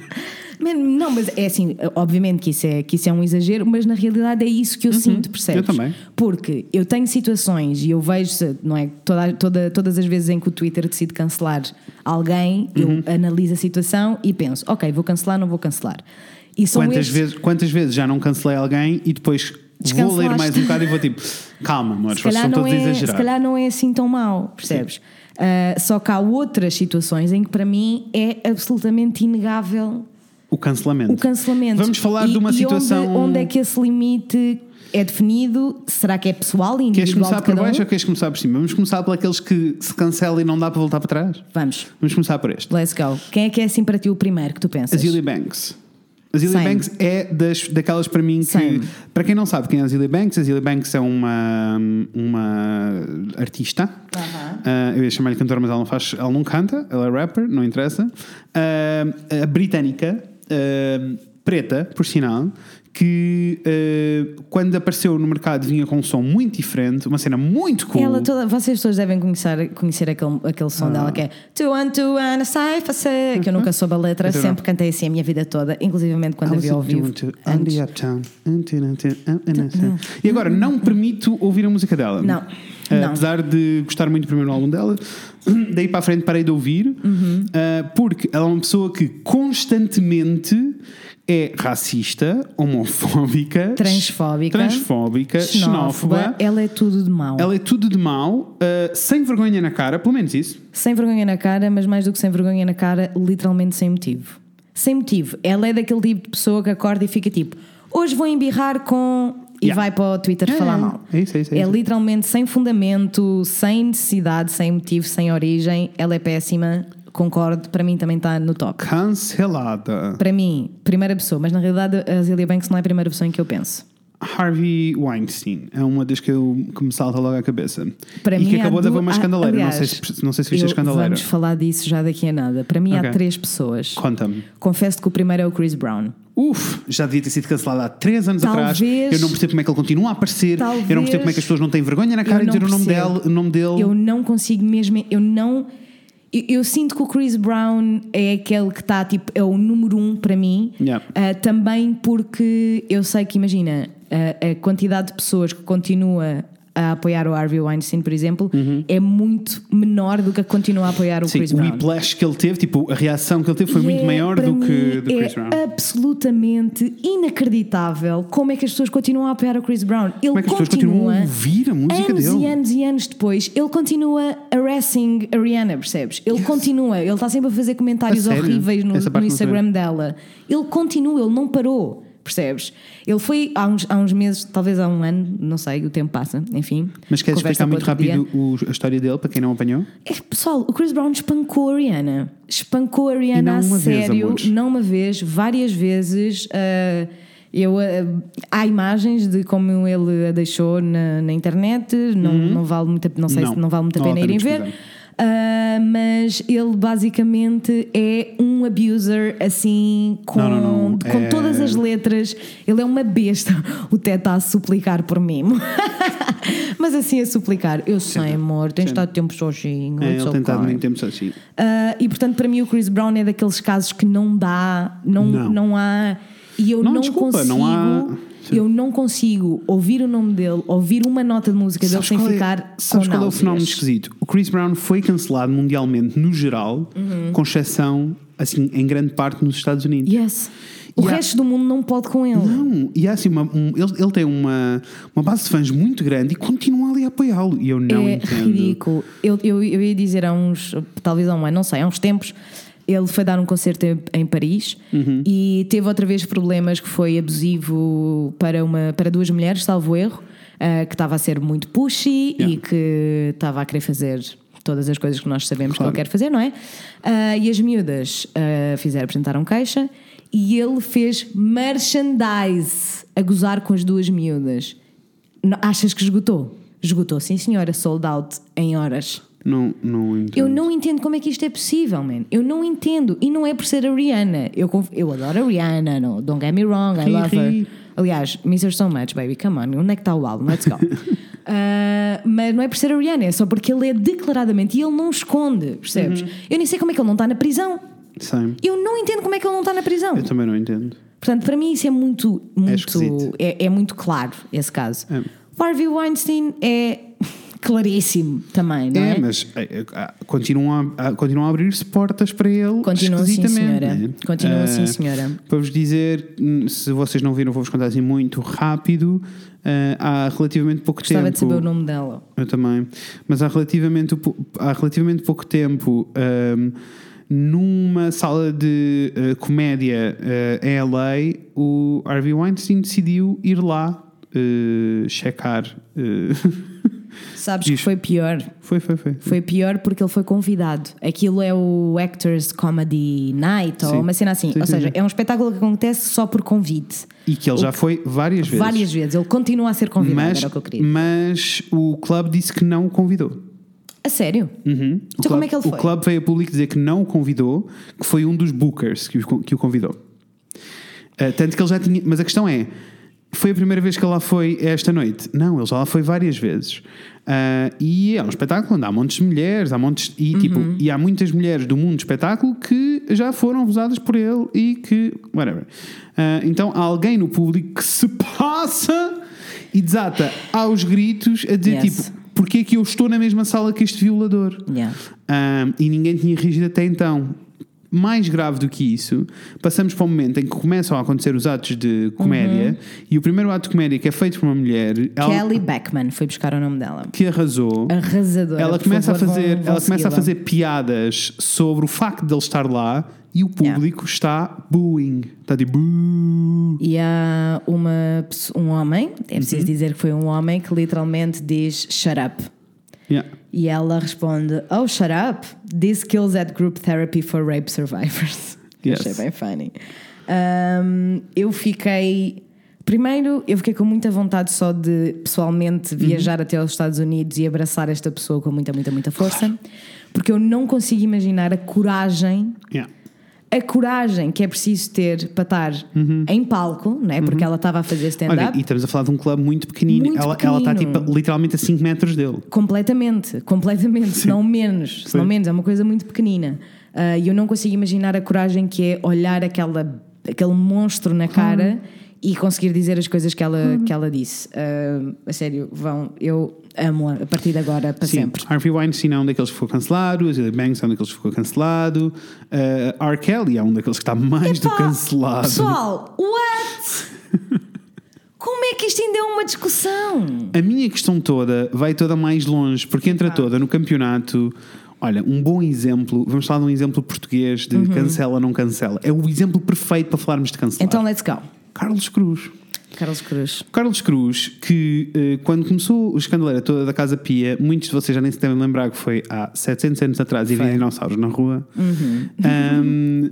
Man, não, mas é assim, obviamente que isso é, que isso é um exagero, mas na realidade é isso que eu sinto, percebes? Uhum. eu também. Porque eu tenho situações e eu vejo, não é? Toda, toda- todas as vezes em que o Twitter decide cancelar alguém, Uhum. eu analiso a situação e penso, ok, vou cancelar, não vou cancelar. E são Quantas, estes- vezes, quantas vezes já não cancelei alguém e depois vou Descancelaste. ler mais um bocado e vou tipo, calma, amores, se vocês calhar, estão não todos a é, se exagerar. calhar não é assim tão mau, percebes? Ah, só que há outras situações em que para mim é absolutamente inegável O cancelamento. o cancelamento. Vamos falar E- de uma e situação. Onde, onde é que esse limite é definido? Será que é pessoal e Queres individual começar de por cada um? baixo ou queres começar por cima? Vamos começar pelos que se cancela e não dá para voltar para trás? Vamos, Vamos começar por este. let's go. Quem é que é assim para ti o primeiro que tu pensas? Azealia Banks. Azealia Same. Banks é das, daquelas para mim que. Same. Para quem não sabe quem é a Azealia Banks, a Azealia Banks é uma, uma artista. Ah, eu ia chamar-lhe cantora, mas ela não, faz, ela não canta, ela é rapper, não interessa. Ah, a britânica, ah, preta, por sinal, que ah, quando apareceu no mercado vinha com um som muito diferente, uma cena muito cool. Ela toda, vocês todos devem conhecer, conhecer aquele, aquele som Ah. dela que é Tu one, tu one, sai, faça Que eu nunca soube a letra, Eu também sempre cantei assim a minha vida toda, inclusivamente quando a vi ao vivo. antes. E agora, não permito ouvir a música dela. Não, Ah, não. Apesar de gostar muito do primeiro álbum dela, daí para a frente parei de ouvir, Uhum. ah, porque ela é uma pessoa que constantemente é racista, homofóbica, Transfóbica. transfóbica, xenófoba. Ela é tudo de mau. Ela é tudo de mau, ah, sem vergonha na cara, pelo menos isso. Sem vergonha na cara, mas mais do que sem vergonha na cara, literalmente sem motivo. Sem motivo. Ela é daquele tipo de pessoa que acorda e fica tipo: hoje vou embirrar com. E Yeah. vai para o Twitter É, falar é, mal. é isso, é isso, é É isso. literalmente sem fundamento, sem necessidade, sem motivo, sem origem. Ela é péssima, concordo. Para mim também está no top. Cancelada. Para mim, primeira pessoa, mas na realidade a Zilia Banks não é a primeira pessoa em que eu penso. Harvey Weinstein é uma das que, eu, que me salta logo à cabeça. Para e mim que há acabou de haver uma du- há- escandaleira. aliás, não, sei se, não sei se viste a eu- escandaleira. Vamos falar disso já daqui a nada. Para mim Ok. há três pessoas. Conta-me. Confesso que o primeiro é o Chris Brown. Uf, já devia ter sido cancelado há 3 anos atrás. Talvez- Eu não percebo como é que ele continua a aparecer. Talvez- Eu não percebo como é que as pessoas não têm vergonha na Eu cara de não dizer o nome, percebo. dele, o nome dele. Eu não consigo mesmo. Eu não. Eu, eu sinto que o Chris Brown é aquele que está tipo. É o número um para mim. Yeah. Ah, também porque eu sei que, imagina, a, a quantidade de pessoas que continua a apoiar o Harvey Weinstein, por exemplo, é muito menor do que a que continua a apoiar o Uhum. Sim, Chris o Brown. whiplash que ele teve, tipo, a reação que ele teve foi E muito é, maior para do que mim, do Chris é Brown. absolutamente inacreditável como é que as pessoas continuam a apoiar o Chris Brown. Ele Como é que as continua, pessoas continuam a ouvir a música anos dele? e anos e anos depois, ele continua harassing a Rihanna, percebes? Ele continua, ele está sempre a fazer comentários A sério? horríveis no, Essa parte no não sabia. Instagram dela. Ele continua, ele não parou, percebes? Ele foi há uns, há uns meses, talvez há um ano, não sei, o tempo passa, enfim. Mas queres conversa para explicar muito outro dia. rápido o- a história dele, para quem não apanhou? É que, pessoal, o Chris Brown espancou a Rihanna. Espancou a Rihanna não a uma vez, sério, amores. não uma vez, várias vezes. ah, eu, ah, há imagens de como ele a deixou na, na internet, não, não vale muito a, não sei Uhum. Não, se não vale muito a não vale pena a pena irem ver. pesquisar. Ah, mas ele basicamente é um abuser assim com, Não, não, não, com é- todas as letras. Ele é uma besta. O Té está a suplicar por mim. mas assim a suplicar. Eu sei, amor, tens estado tempo sozinho. É, it's ele tem estado okay. muito tempo só assim. Ah, e portanto, para mim, o Chris Brown é daqueles casos que não dá, não, Não. não. há. E eu Não, não, desculpa, consigo. não há- Sim. Eu não consigo ouvir o nome dele, ouvir uma nota de música dele Sabes sem qual é- ficar. sabes com qual é o náuseas. fenómeno esquisito? O Chris Brown foi cancelado mundialmente, no geral, Uhum. com exceção, assim, em grande parte nos Estados Unidos. Yes. O E há- resto do mundo não pode com ele. Não, e há assim uma, um- ele, ele tem uma, uma base de fãs muito grande e continua ali a apoiá-lo. E eu não é entendo. ridículo. Eu, eu, eu ia dizer há uns, talvez há um ano, não sei, há uns tempos, ele foi dar um concerto em, em Paris Uhum. e teve outra vez problemas que foi abusivo para, uma, para duas mulheres, salvo erro, ah, que estava a ser muito pushy Yeah. e que estava a querer fazer todas as coisas que nós sabemos Claro. que ele quer fazer, não é? Ah, e as miúdas ah, fizeram, apresentaram queixa e ele fez merchandise a gozar com as duas miúdas. Não- achas que esgotou? Esgotou, sim senhora, sold out em horas. Não, não entendo. Eu não entendo como é que isto é possível, man. Eu não entendo. E não é por ser a Rihanna. Eu, conf- eu adoro a Rihanna, não, don't get me wrong, I Ri, love her. ri. Aliás, Mr. So Much, baby, come on, onde é que está o álbum? Let's go. Ah, mas não é por ser a Rihanna, é só porque ele é declaradamente e ele não esconde, percebes? Uhum. Eu nem sei como é que ele não está na prisão. Sim. Eu não entendo como é que ele não está na prisão. Eu também não entendo. Portanto, para mim isso é muito, muito esquisito. é, é muito claro esse caso. É. O Harvey Weinstein é claríssimo também, não é? É, mas é, é, continuam a, a- continuam a abrir-se portas para ele. Continuam sim, esquisitamente, senhora. né? Continuam Eh, sim, senhora. Para vos dizer, hum, se vocês não viram, vou-vos contar assim muito rápido. Eh, há relativamente pouco Gostava tempo. de saber o nome dela. Eu também. Mas há relativamente, pou- há relativamente pouco tempo, ahm, numa sala de ah, comédia ah, em LA, o Harvey Weinstein decidiu ir lá ah, checar. ah, Sabes que foi pior. foi, foi, foi. Foi pior porque ele foi convidado. Aquilo é o Actors Comedy Night Sim. ou uma cena assim. Sim, ou sim, seja, sim. é um espetáculo que acontece só por convite. E que ele já foi várias vezes. Várias vezes. Ele continua a ser convidado, mas, era o que eu queria. mas o clube disse que não o convidou. A sério? Uhum. O Então como clube- é que ele foi? O clube veio a público dizer que não o convidou, que foi um dos bookers que o, con- que o convidou. Ah, tanto que ele já tinha. Mas a questão é: foi a primeira vez que ele lá foi esta noite? Não, ele já lá foi várias vezes. Ah, e é um espetáculo onde há montes de mulheres, há montes. E, tipo, Uhum. e há muitas mulheres do mundo do espetáculo que já foram abusadas por ele e que. whatever. Ah, então há alguém no público que se passa e desata aos gritos a dizer Yes. tipo. Porque é que eu estou na mesma sala que este violador? Yeah. Ahm, e ninguém tinha reagido até então. Mais grave do que isso, passamos para o momento em que começam a acontecer os atos de comédia Uhum. e o primeiro ato de comédia que é feito por uma mulher ela- Kelly Beckman foi buscar o nome dela. que arrasou. Arrasadora. Ela por começa, favor, a fazer, vão- vão ela começa segui-la. a fazer piadas sobre o facto de ele estar lá e o público está booing. Está de boo. E há uma, pesso- um homem, é preciso Uhum. dizer que foi um homem, que literalmente diz shut up. Yeah. E ela responde, oh shut up, this kills at group therapy for rape survivors. Que eu Yes. Achei bem funny. Um, eu fiquei. Primeiro, eu fiquei com muita vontade só de Uhum. pessoalmente viajar até aos Estados Unidos e abraçar esta pessoa com muita, muita, muita força, porque eu não consigo imaginar a coragem Yeah. a coragem que é preciso ter para estar em palco, não é? Porque ela estava a fazer Uhum. Olha, stand-up. e estamos a falar de um clube muito pequenino. Muito ela, ela está pequenino. tipo, literalmente a 5 metros dele. Completamente, completamente, se não menos, se não Sim. menos, é uma coisa muito pequenina. Ah, E eu não consigo imaginar a coragem que é olhar aquela, aquele monstro na cara e conseguir dizer as coisas que ela, que ela disse. Ah, a sério, vão, eu amo-a a partir de agora para Sim, sempre. Harvey Weinstein é um daqueles que ficou cancelado, Azalea Banks é um daqueles que ficou cancelado, eh, R. Kelly é um daqueles que está mais do Epá, que cancelado. Pessoal, what? Como é que isto ainda é uma discussão? A minha questão toda vai toda mais longe, porque entra toda no campeonato. Olha, um bom exemplo, vamos falar de um exemplo português de Uhum. cancela, não cancela. É o exemplo perfeito para falarmos de cancelar. Então, let's go. Carlos Cruz. Carlos Cruz. Carlos Cruz, que eh, quando começou o escandaleira toda da Casa Pia, muitos de vocês já nem se devem lembrar que foi há 700 anos atrás e havia dinossauros na rua. Uhum. Ahm,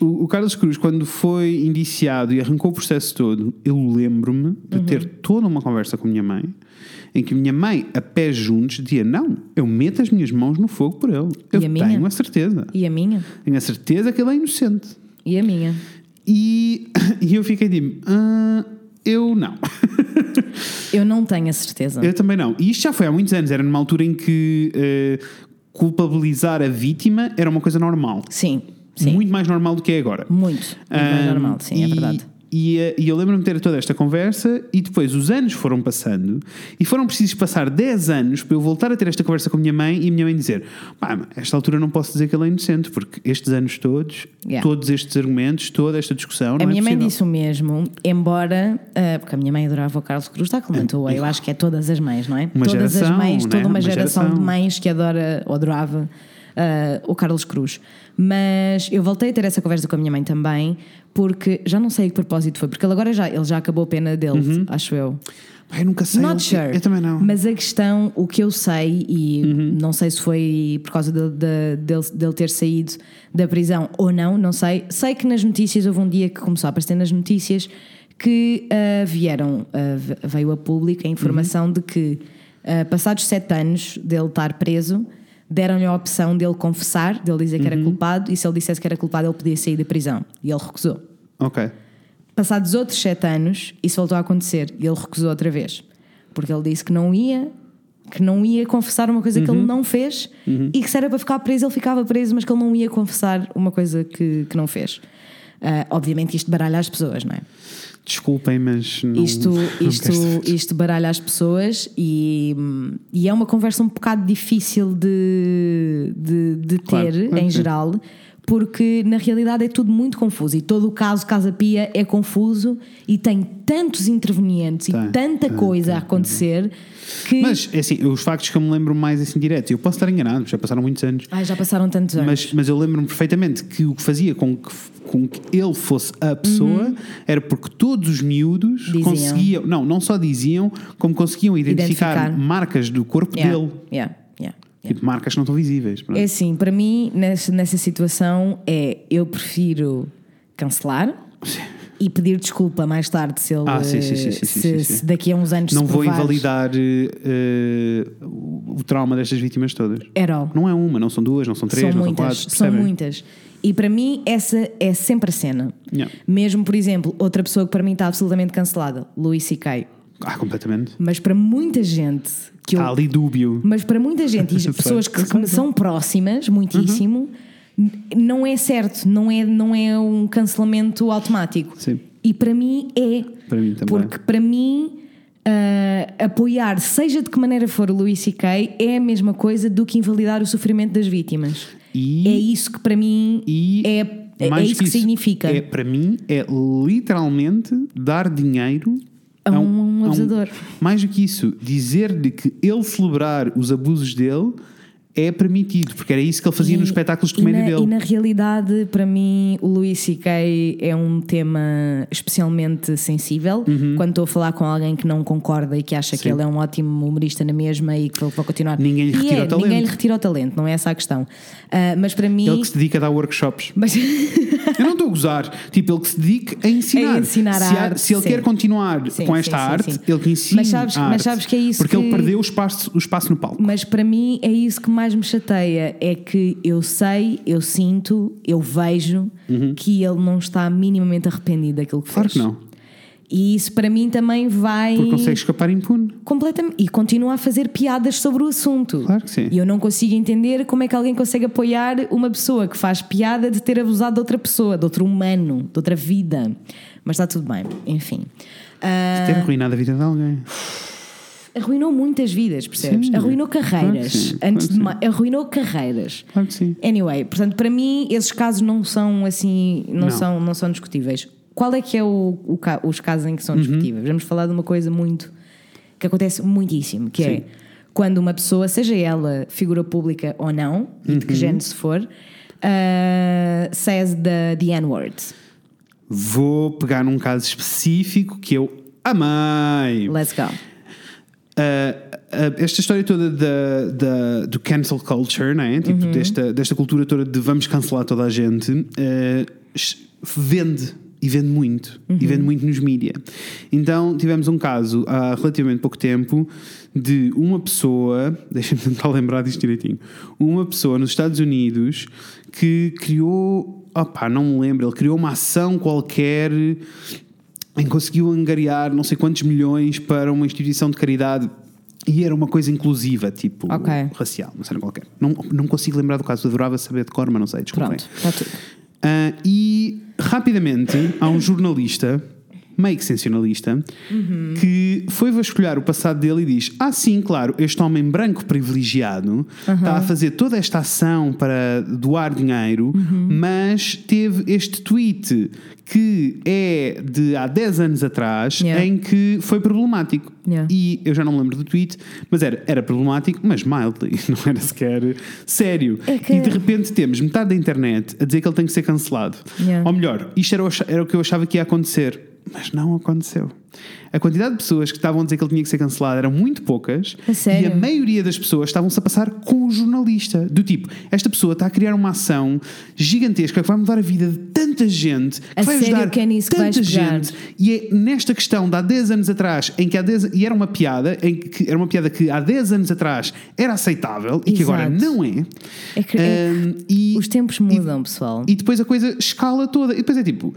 o, o Carlos Cruz, quando foi indiciado e arrancou o processo todo, eu lembro-me de Uhum. ter toda uma conversa com a minha mãe, em que a minha mãe, a pé juntos, dizia: Não, eu meto as minhas mãos no fogo por ele. a Eu tenho minha? a certeza. E a minha? Tenho a certeza que ele é inocente. E a minha? E, e eu fiquei tipo: "Ah, Eu não. Eu não tenho a certeza. Eu também não. E isto já foi há muitos anos. Era numa altura em que eh, culpabilizar a vítima era uma coisa normal. Sim, sim. Muito mais normal do que é agora. Muito. Muito mais Ahm, normal, sim, é Ah, e- verdade. E, eh, e eu lembro-me de ter toda esta conversa e depois os anos foram passando e foram precisos passar 10 anos para eu voltar a ter esta conversa com a minha mãe e a minha mãe dizer pá, mas a esta altura não posso dizer que ele é inocente porque estes anos todos, Yeah. todos estes argumentos, toda esta discussão A não é minha mãe possível." disse o mesmo, embora. ah, porque a minha mãe adorava o Carlos Cruz, está comentou. Eu acho que é todas as mães, não é? Uma todas as geração, mães, né? toda uma Uma geração, de geração. mães que adora ou adorava ah, o Carlos Cruz. Mas eu voltei a ter essa conversa com a minha mãe também, porque já não sei que propósito foi, porque ele agora já, ele já acabou a pena dele, Uhum. acho eu. Pá, eu nunca sei. Not eu, sure. eu também não. Uhum. Mas a questão, o que eu sei, e não sei se foi por causa de- de- dele, dele ter saído da prisão ou não, não sei. Sei que nas notícias houve um dia que começou a aparecer nas notícias que ah, vieram, ah, ve- veio a público a informação Uhum. de que, ah, passados sete anos dele estar preso, deram-lhe a opção dele confessar, Uhum. dele dizer que era culpado, e se ele dissesse que era culpado, ele podia sair da prisão. E ele recusou. Ok. Passados outros sete anos, isso voltou a acontecer e ele recusou outra vez. Porque ele disse que não ia, que não ia confessar uma coisa que ele não fez e que se era para ficar preso, ele ficava preso, mas que ele não ia confessar uma coisa que, que não fez. Ah, obviamente isto baralha as pessoas, não é? Desculpem, mas. Não, Isto, não quero isto, saber. isto baralha as pessoas e, e é uma conversa um bocado difícil de, de, de ter Claro, claro em que sim. geral, porque na realidade é tudo muito confuso e todo o caso Casa Pia é confuso e tem tantos intervenientes e Tem, tanta tem, coisa a tem, acontecer que. Mas, é assim, os factos que eu me lembro mais assim direto, eu posso estar enganado, já passaram muitos anos, Ai, já passaram tantos anos. mas, mas eu lembro-me perfeitamente que o que fazia com que, com que ele fosse a pessoa era porque todos os miúdos Uhum. Diziam. conseguiam, não, não só diziam, como conseguiam identificar, Identificar. marcas do corpo Yeah, dele. yeah, yeah, yeah. Tipo, marcas que não estão visíveis. pronto. É assim, para mim, nessa, nessa situação, é eu prefiro cancelar e pedir desculpa mais tarde se ele. Ah, sim, sim, sim, se, sim, sim, sim, sim. se daqui a uns anos. Não se vou provares- invalidar eh, eh, o o trauma destas vítimas todas. At all. Não é uma, não são duas, não são três, são não muitas, são quatro. são percebem? muitas. E para mim, essa é sempre a cena. Yeah. Mesmo, por exemplo, outra pessoa que para mim está absolutamente cancelada, Louis C.K. Ah, completamente. Mas para muita gente que eu Está ali dúbio. Mas para muita gente, e Sei, as pessoas que, que sei, me são próximas, muitíssimo, Uhum. n- não é certo, não é, não é um cancelamento automático. Sim. E para mim é. Para mim também. Porque para mim. ah, apoiar, seja de que maneira for o Louis C.K., é a mesma coisa do que invalidar o sofrimento das vítimas. E- é isso que para mim E é, é mais isso que, significa. É, para mim, é literalmente dar dinheiro A um a abusador. mais do que isso, dizer-lhe que ele celebrar os abusos dele é permitido, porque era isso que ele fazia nos espetáculos de e comédia na, dele. E na realidade, para mim, o Louis C.K. é um tema especialmente sensível. Quando estou a falar com alguém que não concorda e que acha que Uhum. ele Sim. é um ótimo humorista na mesma e que vai continuar. Ninguém lhe E retira é, o talento. Ninguém lhe retira o talento, não é essa a questão. Ah, mas para mim. Ele que se dedica a dar workshops. Mas... Eu não estou a gozar. Tipo, ele que se dedica a ensinar. A ensinar se a há- arte, se ele sim. quer continuar Sim, com sim, esta sim, arte, sim. ele que ensina. Mas sabes- a mas arte. sabes que é isso Porque ele que- perdeu o espaço, o espaço no palco. Mas para mim é isso que mais me chateia: é que eu sei, eu sinto, eu vejo que ele não está minimamente arrependido daquilo que Uhum. Claro fez. que não. E isso para mim também vai. Porque consegue escapar impune. Completamente. E continua a fazer piadas sobre o assunto. Claro que sim. E eu não consigo entender como é que alguém consegue apoiar uma pessoa que faz piada de ter abusado de outra pessoa, de outro humano, de outra vida. Mas está tudo bem, enfim. Ah, Ter é arruinado a vida de alguém. arruinou muitas vidas, percebes? Sim. arruinou Claro que carreiras. sim, claro Antes que de sim. mais, arruinou carreiras. Claro que sim. Anyway, portanto, para mim, esses casos não são assim, não, Não. São, não são discutíveis. Qual é que é o, o ca- os casos em que Uhum. são discutíveis? Vamos falar de uma coisa muito que acontece muitíssimo, que é quando uma pessoa, seja ela figura pública ou não, e de que Uhum. género se for, ah, says the, the N-word. Vou pegar num caso específico que eu amei. Let's go. Uh, uh, esta história toda da, da- do cancel culture, não é? Tipo, desta, desta cultura toda de vamos cancelar toda a gente, uh, es- vende. E vende muito. E vende muito nos mídia. Então, tivemos um caso há relativamente pouco tempo de uma pessoa, deixa-me tentar lembrar disto direitinho, uma pessoa nos Estados Unidos que criou, opá, não me lembro, ele criou uma ação qualquer em que conseguiu angariar não sei quantos milhões para uma instituição de caridade e era uma coisa inclusiva, tipo Ok. racial, uma cena qualquer. Não, não consigo lembrar do caso, adorava saber de cor, mas não sei, desculpem. Pronto, está tudo. Ah, e rapidamente há um jornalista, meio que sensacionalista, que foi vasculhar o passado dele e diz: Ah, sim, claro, este homem branco privilegiado está a fazer toda esta ação para doar dinheiro, Uhum. mas teve este tweet que é de há 10 anos atrás Yeah. em que foi problemático. Yeah. E eu já não me lembro do tweet, mas era, era problemático, mas mildly, não era sequer sério. É que- E de repente temos metade da internet a dizer que ele tem que ser cancelado. Yeah. Ou melhor, isto era o, ach- era o que eu achava que ia acontecer, mas não aconteceu. A quantidade de pessoas que estavam a dizer que ele tinha que ser cancelado eram muito poucas A sério? e a maioria das pessoas estavam-se a passar com o jornalista. Do tipo, esta pessoa está a criar uma ação gigantesca que vai mudar a vida de tanta gente, que A vai sério ajudar que é nisso que tanta vais pegar? gente. E é nesta questão de há 10 anos atrás, em que há 10 e era uma piada, em que era uma piada que há 10 anos atrás era aceitável e que agora Exato. não é. É que- é que Ahm, e- Os tempos e- mudam, pessoal. e depois a coisa escala toda. E depois é tipo.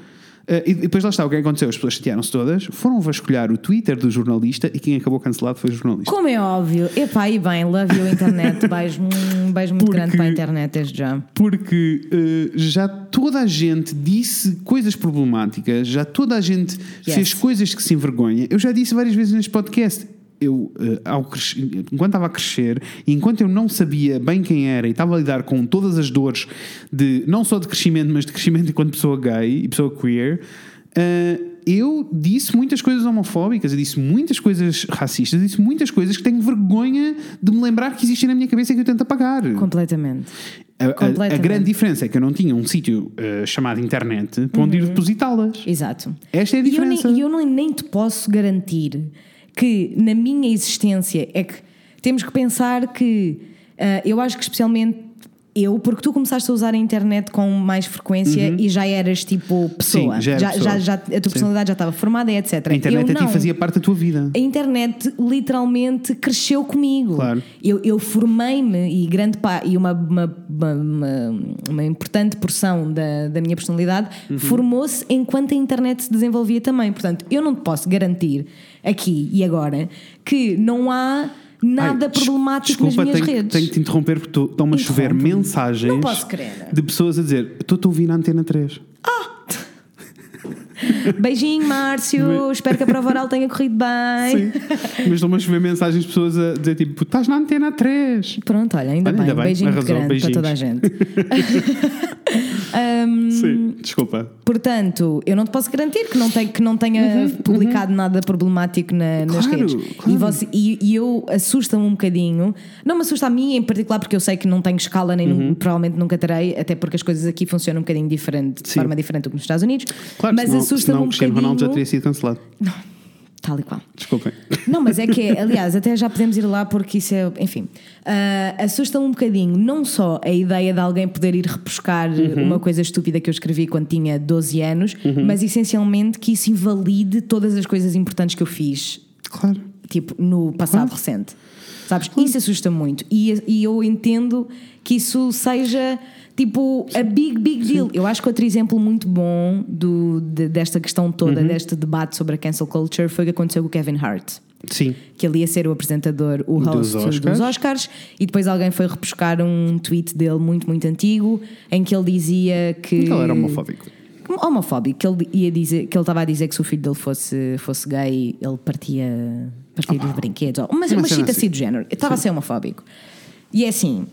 Eh, e depois lá está, o que aconteceu? As pessoas chatearam-se todas, foram vasculhar o Twitter do jornalista e quem acabou cancelado foi o jornalista. Como é óbvio. Epá, e bem, love you internet. Beijo, um beijo muito Porque- grande para a internet desde já. Porque eh, já toda a gente disse coisas problemáticas, já toda a gente Yes. fez coisas que se envergonha. Eu já disse várias vezes neste podcast. Eu, eh, ao cres- enquanto estava a crescer, e enquanto eu não sabia bem quem era e estava a lidar com todas as dores de não só de crescimento, mas de crescimento enquanto pessoa gay e pessoa queer, eh, eu disse muitas coisas homofóbicas, eu disse muitas coisas racistas, eu disse muitas coisas que tenho vergonha de me lembrar que existem na minha cabeça e que eu tento apagar. Completamente. A- A, a Completamente. grande diferença é que eu não tinha um sítio eh, chamado internet para Uhum. onde ir depositá-las. Exato. Esta é a E eu nem- diferença. E eu, nem, nem te posso garantir que na minha existência é que temos que pensar que ah, eu acho que especialmente eu, porque tu começaste a usar a internet com mais frequência e já eras tipo pessoa. Uhum. Sim, já era já- pessoa. já- a tua Sim. personalidade já estava formada e etc. A internet eu a ti não. fazia parte da tua vida. A internet literalmente cresceu comigo. Claro. Eu, eu formei-me e grande pa- e uma, uma, uma- uma- uma importante porção da, da minha personalidade Uhum. formou-se enquanto a internet se desenvolvia também. Portanto, eu não te posso garantir aqui e agora que não há nada Ai, des- problemático nas desculpa, minhas tenho, redes. Tenho que te interromper porque tu- estão-me a chover Interrompe-me. mensagens Não posso crer. de pessoas a dizer: Estou-te a ouvir na antena 3. Beijinho, Márcio. Espero que a prova oral tenha corrido bem. Mas estão-me a chover mensagens de pessoas a dizer: tipo, "Puto, estás na antena 3. Pronto, olha, ainda, Olha, bem. ainda bem, Beijinho arrasou, grande beijinhos. para toda a gente. Hum. Sim, desculpa. Portanto, eu não te posso garantir que não, te- que não tenha publicado nada problemático na- nas Uhum, Claro, redes. claro. E, você- e- e eu assusta-me um bocadinho. Não me assusta a mim em particular, porque eu sei que não tenho escala, nem Uhum. nu- provavelmente nunca terei, até porque as coisas aqui funcionam um bocadinho diferente, de Sim. forma diferente do que nos Estados Unidos. Claro, mas senão, assusta-me senão um o Cristiano bocadinho. Ronaldo já teria sido cancelado. Tal e qual. Desculpem. Não, mas é que é, aliás, até já podemos ir lá porque isso é, enfim, Ah, assusta-me um bocadinho não só a ideia de alguém poder ir repescar uma coisa estúpida que eu escrevi quando tinha 12 anos, mas essencialmente que isso invalide todas as coisas importantes que eu fiz, Claro. tipo, no passado recente. Sabes? Isso assusta muito e, e eu entendo que isso seja tipo a big, big deal. Eu acho que outro exemplo muito bom do, de- desta questão toda, deste debate sobre a cancel culture, foi o que aconteceu com o Kevin Hart Sim. que ele ia ser o apresentador, o host Dos dos Oscars. Oscars. e depois alguém foi repescar um tweet dele muito, muito antigo, em que ele dizia que. Ele era homofóbico. Homofóbico, que ele ia dizer que ele estava a dizer que se o filho dele fosse, fosse gay, ele partia, partia dos brinquedos. ou- Mas Ah. Uma uma cena chita assim. assim do género. Eu Estava a ser homofóbico. E é assim.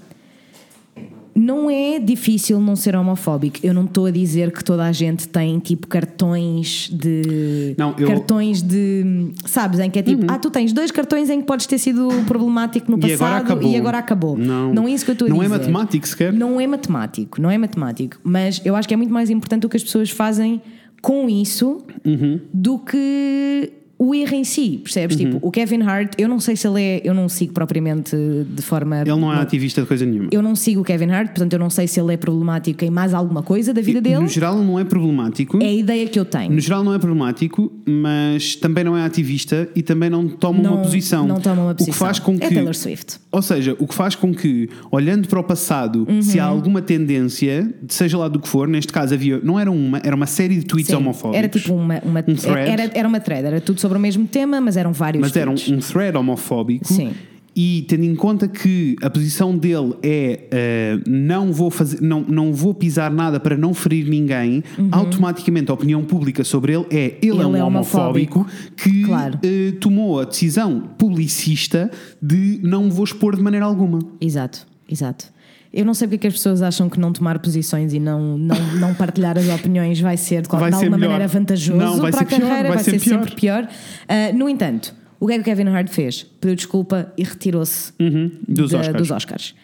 Não é difícil não ser homofóbico. Eu não estou a dizer que toda a gente tem tipo cartões de Não, eu- Uhum. cartões de sabes em que é tipo ah tu tens dois cartões em que podes ter sido problemático no E agora passado acabou. e agora acabou. Não. é isso que eu estou a Não é dizer. matemático sequer. Não é matemático, não é matemático. Mas eu acho que é muito mais importante o que as pessoas fazem com isso Uhum. do que o erro em si, percebes? Tipo, o Kevin Hart, eu não sei se ele é, eu não o sigo propriamente de forma. Ele não é ativista de coisa nenhuma. Eu não sigo o Kevin Hart, portanto eu não sei se ele é problemático em mais alguma coisa da vida dele. No geral, não é problemático. É a ideia que eu tenho. No geral não é problemático, mas também não é ativista e também não toma Não- uma posição. Não toma uma posição. O que faz com É que- Taylor Swift. Ou seja, o que faz com que, olhando para o passado, Uhum. se há alguma tendência, seja lá do que for, neste caso havia, não era uma, era uma série de tweets Sim, homofóbicos. Era tipo uma, uma Um thread. Era, era uma thread, era tudo sobre o mesmo tema, mas eram vários. Mas era um, tweets. um thread homofóbico. Sim. E tendo em conta que a posição dele é eh, não, vou fazer, não, não vou pisar nada para não ferir ninguém, Uhum. automaticamente a opinião pública sobre ele é ele, é um homofóbico, que Claro. eh, tomou a decisão publicista de não me vou expor de maneira alguma. Exato, exato. Eu não sei porque é que as pessoas acham que não tomar posições e não, não, não partilhar as opiniões vai ser de, qual- Vai de ser alguma melhor. maneira vantajoso Não, vai para ser a pior, carreira, vai ser pior. sempre pior. Ah, no entanto, o que é que o Kevin Hart fez? Pediu desculpa e retirou-se Uhum. Dos da- Oscars. Uhum. dos Oscars.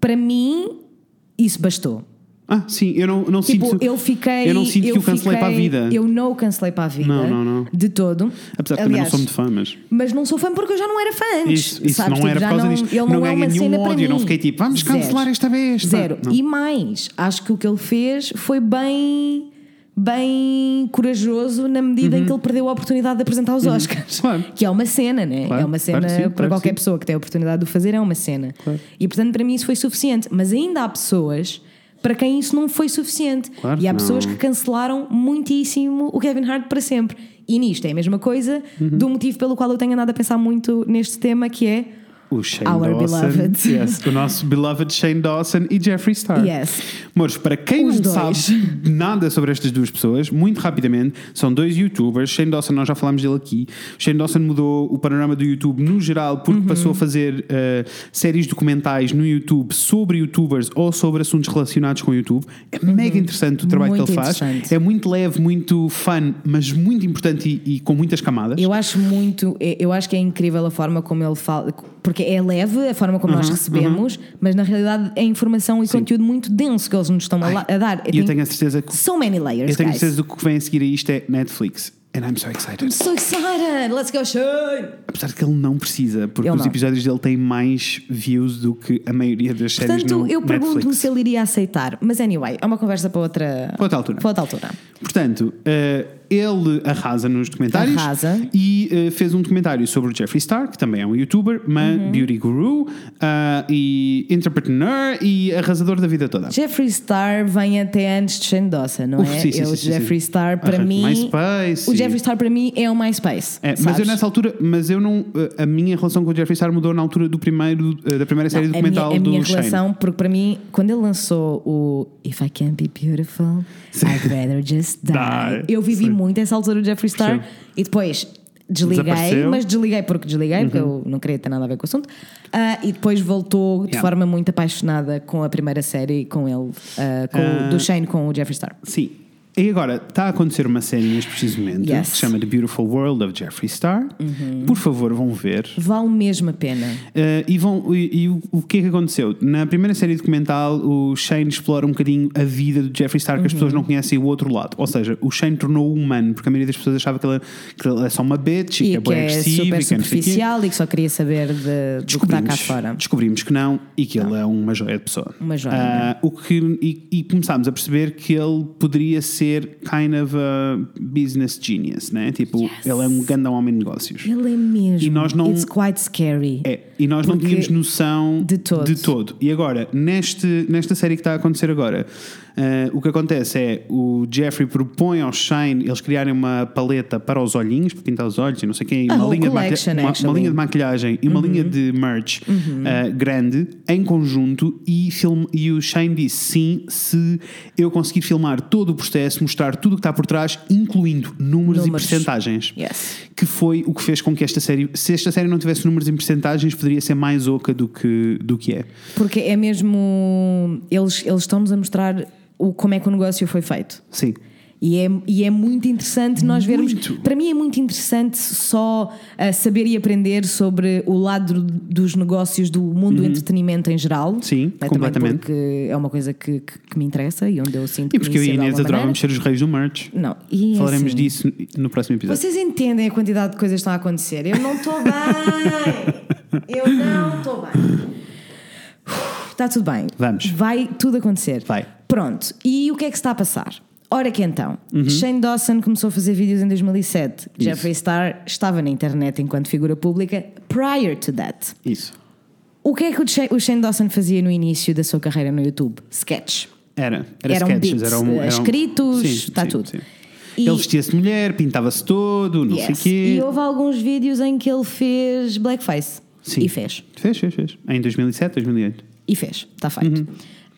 Para mim, isso bastou. Ah, sim, eu não, não Tipo, sinto. eu fiquei. eu não sinto que o cancelei para a fiquei- vida. Eu não o cancelei para a vida. Não, não, não. De todo. Apesar de também não Aliás, sou muito fã, mas. Mas não sou fã porque eu já não era fã antes. Isso, isso sabes? não Tipo, era já por causa não, disto. Ele não, Não é uma ganhei nenhum cena para ódio, mim. não fiquei tipo, vamos cancelar Zero. esta vez, pá. Zero. Não. E mais, acho que o que ele fez foi bem. Bem corajoso na medida em Uhum. que ele perdeu a oportunidade de apresentar os Oscars. Claro. Que é uma cena, né? Claro, é uma cena claro que sim, para claro que qualquer sim. pessoa que tem a oportunidade de o fazer, é uma cena. E portanto, para mim, isso foi suficiente. Mas ainda há pessoas para quem isso não foi suficiente. Claro e há que pessoas não. que cancelaram muitíssimo o Kevin Hart para sempre. E nisto é a mesma coisa Uhum. do motivo pelo qual eu tenho andado a pensar muito neste tema, que é. O Shane Our Dawson. beloved. Yes, o nosso beloved Shane Dawson e Jeffree Star. Yes. Mouros, para quem Os não dois. sabe nada sobre estas duas pessoas, muito rapidamente, são dois youtubers. Shane Dawson, nós já falámos dele aqui. Shane Dawson mudou o panorama do YouTube no geral porque Uhum. passou a fazer eh, séries documentais no YouTube sobre youtubers ou sobre assuntos relacionados com o YouTube. É mega interessante o trabalho Uhum. Muito que ele faz. interessante. É muito leve, muito fun, mas muito importante e, e com muitas camadas. Eu acho muito, eu acho que é incrível a forma como ele fala, porque é leve a forma como Uhum, nós recebemos, mas na realidade é informação e conteúdo muito denso que eles nos estão a, la- a dar. E eu tenho a certeza que so many layers, Eu tenho guys. certeza do que vem a seguir a isto é Netflix. And I'm so excited. So excited! Let's go, Shane! Apesar de que ele não precisa, porque Ele os não. episódios dele têm mais views do que a maioria das séries Portanto, no eu pergunto-me Netflix. se ele iria aceitar. Mas anyway, é uma conversa para outra, Para outra altura. Para outra altura. Portanto, eh, ele arrasa nos documentários Arrasa. e eh, fez um documentário sobre o Jeffree Star, que também é um youtuber, mas Uhum. beauty guru ah, e entrepreneur e arrasador da vida toda. Jeffree Star vem até antes de Shane Dawson, não Uf, é? sim, sim, é o sim, sim, Jeffree sim. Star, para Arranjo mim. MySpace o e- Jeffree Star, para mim, é o MySpace. É, mas sabes? eu nessa altura, mas eu não, eh, a minha relação com o Jeffree Star mudou na altura do primeiro, eh, da primeira série Não, a minha, documental a minha do Shane. relação, porque para mim, quando ele lançou o If I Can't Be Beautiful, I'd rather just die. Die. Eu vivi Sim. muito essa altura do Jeffree Star Sim. e depois desliguei, Desapareceu. Uhum. mas desliguei porque desliguei, porque eu não queria ter nada a ver com o assunto. Ah, e depois voltou de Yeah. forma muito apaixonada com a primeira série com ele, ah, com o- do Shane com o Jeffree Star. Sim. E agora, está a acontecer uma série neste preciso momento Yes. Uhum. que se chama The Beautiful World of Jeffree Star. Por favor, vão ver. Vale mesmo a pena. Eh, e vão, e, e o, o que é que aconteceu? Na primeira série documental, o Shane explora um bocadinho a vida do Jeffree Star, que Uhum. as pessoas não conhecem o outro lado. Ou seja, o Shane tornou-o humano, porque a maioria das pessoas achava que ele, que ele é só uma bitch e, que E é que bem é agressivo e que é super não sei o quê. superficial e que só queria saber de, do que está cá fora. Descobrimos que não e que ele é uma joia de pessoa. Uma joia. é? Ah, o que, e, e começámos a perceber que ele poderia ser kind of a business genius, né? Tipo, ele é um grande homem de negócios. Ele é mesmo. E nós não- It's quite scary. É, e nós não Porque- tínhamos noção De todo. E agora, neste, nesta série que está a acontecer agora, ah, o que acontece é o Jeffrey propõe ao Shane eles criarem uma paleta para os olhinhos, para pintar os olhos e não sei quem, A uma whole linha, de Ah, collection, maquilha- uma, uma actually. Uhum. linha de maquilhagem e uma linha de merch ah, grande em conjunto. E, film, e o Shane disse sim se eu conseguir filmar todo o processo, mostrar tudo o que está por trás, incluindo números, e Números. percentagens Yes. que foi o que fez com que esta série, se esta série não tivesse números em percentagens, poderia ser mais oca do que, do que é. Porque é mesmo. Eles, eles estão-nos a mostrar o, como é que o negócio foi feito. Sim. E é, e é muito interessante nós vermos. Muito. Para mim é muito interessante só ah, saber e aprender sobre o lado dos negócios do mundo do entretenimento em geral. Uhum. Né, Sim, Também completamente. Porque é uma coisa que, que, que me interessa e onde eu sinto E que porque eu me e a insiro de Inês alguma adorávamos ser os reis do merch. maneira. Não, e é Falaremos assim, disso no próximo episódio. Vocês entendem a quantidade de coisas que estão a acontecer? Eu não estou bem! Eu não estou bem. Está tudo bem. Vamos. Vai tudo acontecer. Vai. Pronto. E o que é que se está a passar? Ora que então, Uhum. Shane Dawson começou a fazer vídeos em 2007. Jeffree Star estava na internet enquanto figura pública prior to that. Isso. O que é que o Shane, o Shane Dawson fazia no início da sua carreira no YouTube? Sketch. Era. Era Eram sketches, beats, eram, eram- escritos, Sim, tá sim, tudo. sim. E- Ele vestia-se de mulher, pintava-se todo, não sei o Yes. quê. E houve alguns vídeos em que ele fez blackface. Sim. E fez. Fez, fez, fez. Em 2007, 2008. E fez, está feito. Uhum.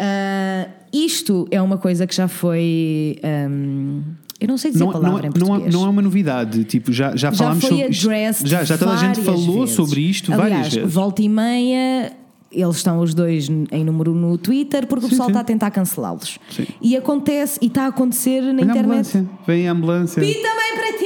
Ah, isto é uma coisa que já foi. ahm, eu não sei dizer Não, a palavra não, em não, é- português. não é uma novidade. Tipo, já, já, já falámos foi sobre isto. addressed. Já, já toda a gente várias falou vezes. sobre isto Aliás, várias vezes. Volta e meia. Eles estão os dois n- em número um no Twitter porque o pessoal sim. está a tentar cancelá-los. Sim. E acontece, e está a acontecer na Vem a internet. ambulância. Vem a ambulância. E também para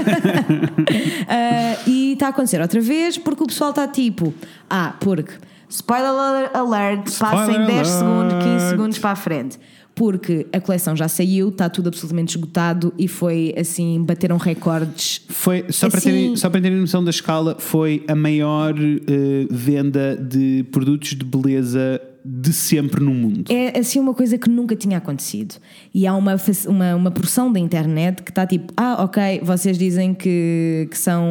ti! Ah, e está a acontecer outra vez porque o pessoal está tipo. Ah, porque. Spoiler alert, passem Spoiler 10 segundos, 15 alert. segundos para a frente. Porque a coleção já saiu, está tudo absolutamente esgotado e foi assim, bateram recordes. Foi, só, para Assim- terem, só para terem noção da escala, foi a maior eh, venda de produtos de beleza de sempre no mundo. É assim uma coisa que nunca tinha acontecido. E há uma, fac- uma, uma porção da internet que está tipo: ah, ok, vocês dizem que, que são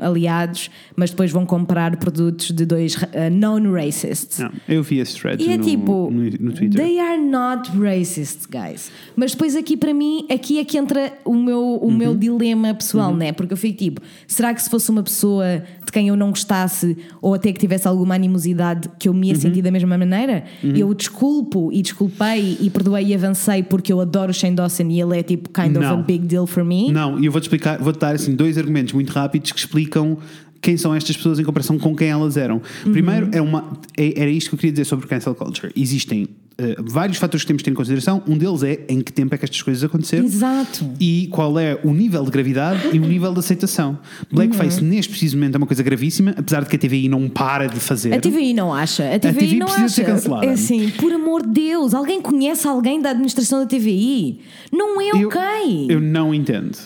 aliados, mas depois vão comprar produtos de dois ra- eh, non-racists. Não, eu vi esse thread E é no, tipo, no, no Twitter. they are not racist, guys. Mas depois aqui para mim, aqui é que entra o meu, o meu Uhum. dilema pessoal, né? Porque eu fico tipo, será que se fosse uma pessoa de quem eu não gostasse ou até que tivesse alguma animosidade que eu me ia Uhum. sentir da mesma maneira? Eu desculpo e desculpei e perdoei e avancei porque eu adoro Shane Dawson e ele é tipo kind of a Não. big deal for me? Não, e eu vou-te explicar, vou-te dar assim, dois argumentos muito rápidos que explicam quem são estas pessoas em comparação com quem elas eram. Uhum. Primeiro, é uma, é- era isto que eu queria dizer sobre cancel culture. Existem eh, vários fatores que temos de ter em consideração. Um deles é em que tempo é que estas coisas aconteceram. Exato. E qual é o nível de gravidade e o nível de aceitação. Blackface, Uhum. neste preciso momento, é uma coisa gravíssima, apesar de que a TVI não para de fazer. A TVI não acha. A TVI, TVI não precisa acha. ser cancelada. É assim, por amor de Deus, alguém conhece alguém da administração da TVI? Não é Eu- ok. Eu não entendo.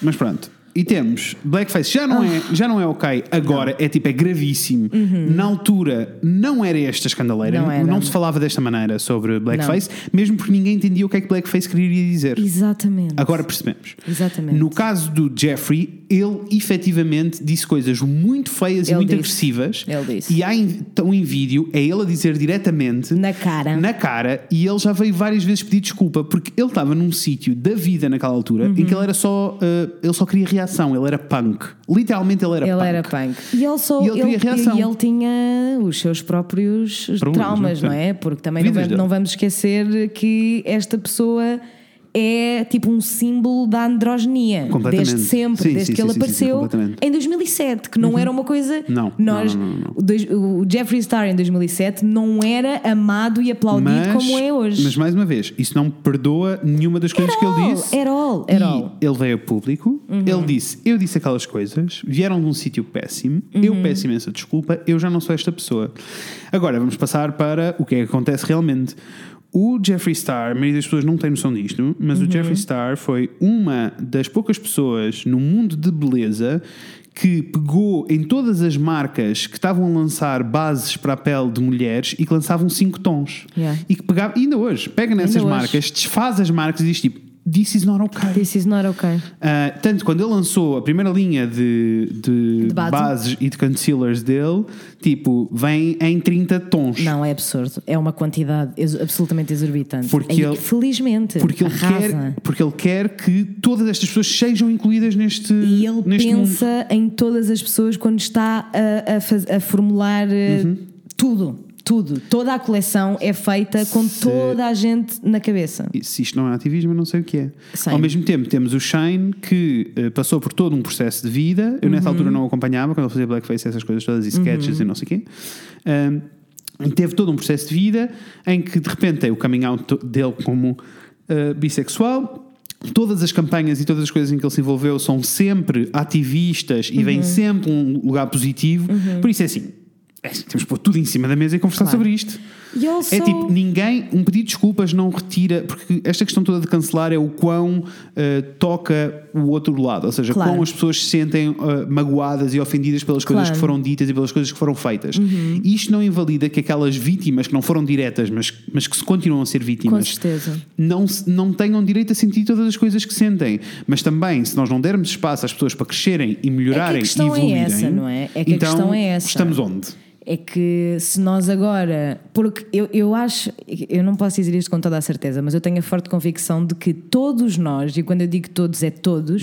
Mas pronto. E temos blackface, já não, Ah. é, já não é ok agora, é tipo, é gravíssimo. Na altura não era esta escandaleira, Uhum. Não não, era. se falava desta maneira sobre blackface, mesmo porque ninguém entendia o que é que blackface queria dizer. Exatamente. Agora percebemos. Exatamente. No caso do Jeffrey, ele efetivamente disse coisas muito feias Ele e muito disse. agressivas. Ele disse. E há em- estão em vídeo, é ele a dizer diretamente Na cara. na cara, e ele já veio várias vezes pedir desculpa porque ele estava num sítio da vida naquela altura em que Uhum. ele era só. eh, ele só queria reação, ele era punk. Literalmente ele era ele punk. era punk. E ele, só, E ele queria reação. e ele tinha os seus próprios Problemas, traumas, não não é? é? Porque também não Vidas vamos, dele. não vamos esquecer que esta pessoa é tipo um símbolo da androgenia Completamente. desde sempre, Sim, desde sim, que ele sim, sim, sim, apareceu completamente. Uhum. em 2007, que não era uma coisa Não, nós não, não, não, o dois- o Jeffree Star em 2007 não era amado e aplaudido como é hoje. mas mais uma vez, isso não perdoa nenhuma das coisas At que all, ele disse. at all, at E all. Uhum. Ele veio a público, ele disse: Eu disse aquelas coisas, vieram de um sítio péssimo, eu Uhum. peço imensa desculpa, eu já não sou esta pessoa. Agora vamos passar para o que é que acontece realmente. O Jeffree Star, a maioria das pessoas não tem noção disto, mas Uhum. o Jeffree Star foi uma das poucas pessoas no mundo de beleza que pegou em todas as marcas que estavam a lançar bases para a pele de mulheres e que lançavam cinco tons. Yeah. E que pegava, e ainda hoje, pega nessas hoje. marcas, desfaz as marcas e diz tipo: This is not okay. This is not okay. Uh, tanto quando ele lançou a primeira linha de, de, De base. bases e de concealers dele, tipo, vem em 30 tons. Não, é absurdo. É uma quantidade ex- absolutamente exorbitante. Porque E, ele- felizmente, Porque ele, arrasa. quer, porque ele quer que todas estas pessoas sejam incluídas neste, E ele neste mundo. pensa em todas as pessoas quando está a, a faz- a formular eh, Uhum. tudo. Tudo. Toda a coleção é feita com toda a gente na cabeça. E se isto não é ativismo, eu não sei o que é. Sim. Ao mesmo tempo, temos o Shane que eh, passou por todo um processo de vida. Eu, Uhum. nessa altura, não o acompanhava quando ele fazia blackface, essas coisas todas, e sketches e não sei o quê. Ahm, e teve todo um processo de vida em que, de repente, tem o coming out to- dele como eh, bissexual. Todas as campanhas e todas as coisas em que ele se envolveu são sempre ativistas e Uhum. vêm sempre um lugar positivo. Por isso é assim, é assim, temos que pôr tudo em cima da mesa e conversar Claro. sobre isto. E ele só- É tipo, ninguém, um pedido de desculpas não retira, porque esta questão toda de cancelar é o quão eh, toca o outro lado, ou seja, Claro. quão as pessoas se sentem eh, magoadas e ofendidas pelas coisas Claro. Uhum. que foram ditas e pelas coisas que foram feitas. Isto não invalida que aquelas vítimas que não foram diretas, mas, mas que se continuam a ser Com vítimas, certeza. não, se- não tenham direito a sentir todas as coisas que sentem. Mas também, se nós não dermos espaço às pessoas para crescerem e melhorarem questão e é evoluírem, essa, não é? É que a então, questão é essa. Estamos onde? É que se nós agora. Porque eu, eu acho. Eu não posso dizer isto com toda a certeza, mas eu tenho a forte convicção de que todos nós, e quando eu digo todos, é todos,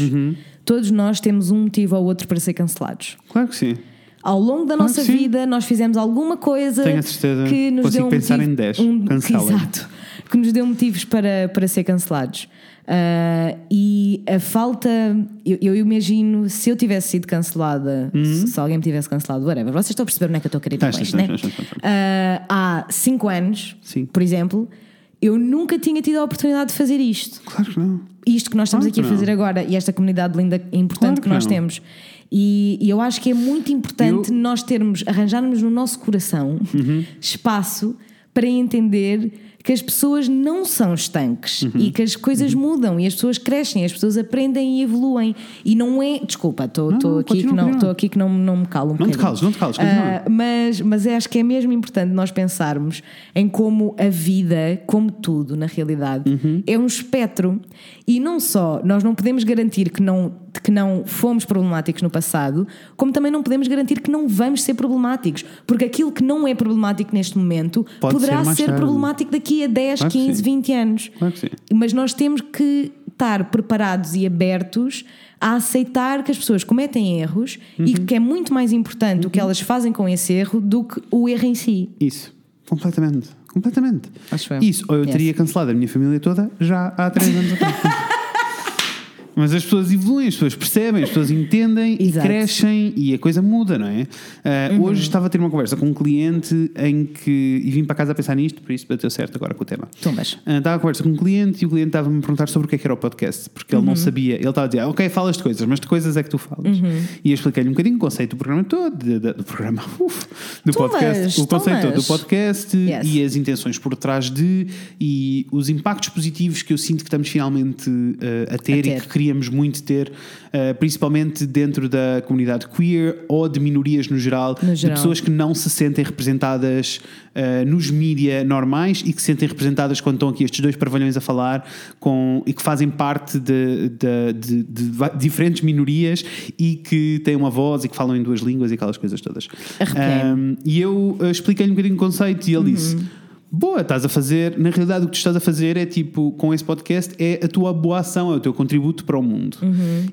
todos nós temos um motivo ou outro para ser cancelados. Claro que sim. Ao longo da Claro nossa que Ah, sim. vida, nós fizemos alguma coisa Tenho a certeza. que nos Consigo deu um pensar motivo, em 10. um- Cancela. Exato. Que nos deu motivos para, para ser cancelados. Ah, e a falta. Eu, eu imagino, se eu tivesse sido cancelada, Uhum. se, se alguém me tivesse cancelado, whatever, vocês estão a perceber onde é que eu estou a querer ir com Estás, isto, estás, né? estás, estás, estás. Ah, há 5 anos, Sim. por exemplo, eu nunca tinha tido a oportunidade de fazer isto Claro que não. isto que nós estamos Claro aqui a que não. fazer agora e esta comunidade linda e importante Claro que que nós não. temos. E, e eu acho que é muito importante Eu- Uhum. nós termos, arranjarmos no nosso coração espaço para entender que as pessoas não são estanques Uhum. e que as coisas mudam e as pessoas crescem, as pessoas aprendem e evoluem. E não é. Desculpa, estou Não, estou não, aqui, que continua, não, continua. estou aqui que não, não me calo um Não te bocadinho. cales, não te cales, continua. Ah, mas, mas eu acho que é mesmo importante nós pensarmos em como a vida, como tudo na realidade, é um espectro. E não só nós não podemos garantir que não, que não fomos problemáticos no passado, como também não podemos garantir que não vamos ser problemáticos. Porque aquilo que não é problemático neste momento Pode ser poderá mais ser tarde. problemático daqui a 10, Claro que 15, sim. 20 anos. Claro que sim. Mas nós temos que estar preparados e abertos a aceitar que as pessoas cometem erros e Uhum. que é muito mais importante o que elas fazem com esse erro do que o erro em si. Isso. Completamente. Completamente. Acho eu. Isso. Ou eu Yes. teria cancelado a minha família toda já há três anos atrás. Mas as pessoas evoluem, as pessoas percebem, as pessoas entendem Exato. Uhum. e crescem e a coisa muda, não é? Ah, Hoje estava a ter uma conversa com um cliente em que. e vim para casa a pensar nisto, por isso bateu certo agora com o tema. Tumbas. Ah, Estava a conversa com um cliente e o cliente estava-me a perguntar sobre o que é que era o podcast, porque Uhum. ele não sabia. Ele estava a dizer, "Ah, ok, falas de coisas, mas de coisas é que tu falas. Uhum. E eu expliquei-lhe um bocadinho o conceito do programa todo, de- de- do programa, uf, do Tumbas, podcast, o conceito todo do tumbas. podcast Yes. e as intenções por trás de e os impactos positivos que eu sinto que estamos finalmente ah, a, ter A ter. e que queríamos muito ter, ah, principalmente dentro da comunidade queer ou de minorias no geral, No de geral. pessoas que não se sentem representadas ah, nos mídia normais e que se sentem representadas quando estão aqui estes dois parvalhões a falar com, e que fazem parte de, de- de- de va- diferentes minorias e que têm uma voz e que falam em duas línguas e aquelas coisas todas. Arrepiei-me. Um, e eu uh, expliquei-lhe um bocadinho o conceito e ele disse: Boa, estás a fazer. Na realidade, o que tu estás a fazer é tipo, com esse podcast, é a tua boa ação, é o teu contributo para o mundo.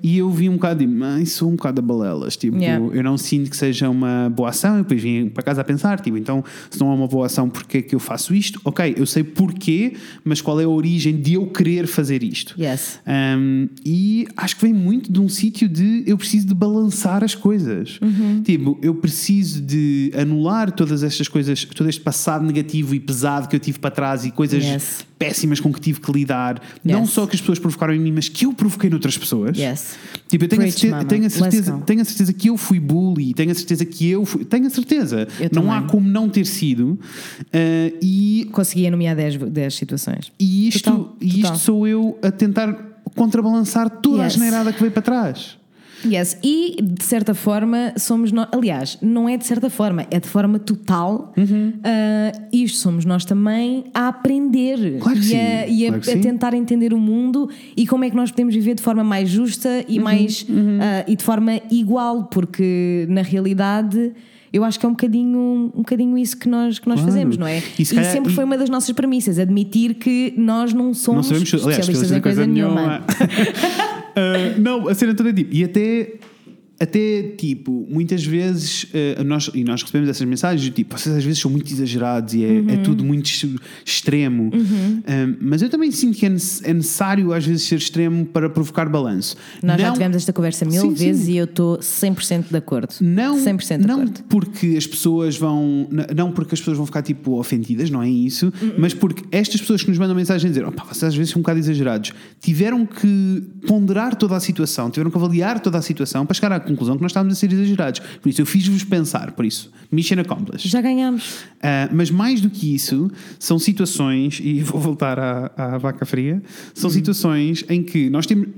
E eu vi um bocado e "Ah, isso é um bocado a balelas. Tipo, Yeah. eu não sinto que seja uma boa ação. E depois vim para casa a pensar: tipo, então, se não é uma boa ação, porquê é que eu faço isto? Ok, eu sei porquê, mas qual é a origem de eu querer fazer isto? Yes. Um, e acho que vem muito de um sítio de eu preciso de balançar as coisas. Uhum. Tipo, eu preciso de anular todas estas coisas, todo este passado negativo e pesado que eu tive para trás e coisas Yes. péssimas com que tive que lidar. Não Yes. só que as pessoas provocaram em mim, mas que eu provoquei noutras pessoas. Yes. Tipo, eu tenho, Preach, a certeza, mama. tenho, a Let's certeza, go. tenho a certeza que eu fui bully, tenho a certeza que eu fui. Tenho a certeza. Eu não há também. como não ter sido. Uh, e Consegui nomear 10, 10 situações. e isto, Total, e total. isto sou eu a tentar contrabalançar toda a Yes. generada que veio para trás. Yes. E de certa forma somos nós. Aliás, não é de certa forma, é de forma total. Ah, isto somos nós também a aprender Claro que e, sim, a, e a- claro que a sim. tentar entender o mundo e como é que nós podemos viver de forma mais justa Uhum, e mais ah, e de forma igual, porque na realidade. Eu acho que é um bocadinho, um bocadinho isso que nós, que nós Claro. fazemos, não é? E E, se calhar- sempre e- foi uma das nossas premissas, admitir que nós não somos sabemos tudo. Aliás, especialistas especialistas em coisa, nenhuma. Uh, não, a cena toda é tipo. E até. Até, tipo, muitas vezes, uh, nós, e nós recebemos essas mensagens, do tipo, vocês às vezes são muito exagerados e é, é Uhum. tudo muito ex- extremo. Um, mas eu também sinto que é nece- é necessário, às vezes, ser extremo para provocar balanço. Nós já Não- tivemos esta conversa mil Sim, sim. vezes e eu estou 100% de acordo. Não, 100% de não acordo. porque as pessoas vão. n- Não porque as pessoas vão ficar tipo ofendidas, não é isso, Uhum. mas porque estas pessoas que nos mandam mensagem a dizer opa, vocês às vezes são um bocado exagerados, tiveram que ponderar toda a situação, tiveram que avaliar toda a situação para chegar à conclusão que nós estávamos a ser exagerados. Por isso, eu fiz-vos pensar, por isso, mission accomplished. Já ganhámos. Ah, mas mais do que isso, são situações, e vou voltar à, à vaca fria, são situações em que nós temos.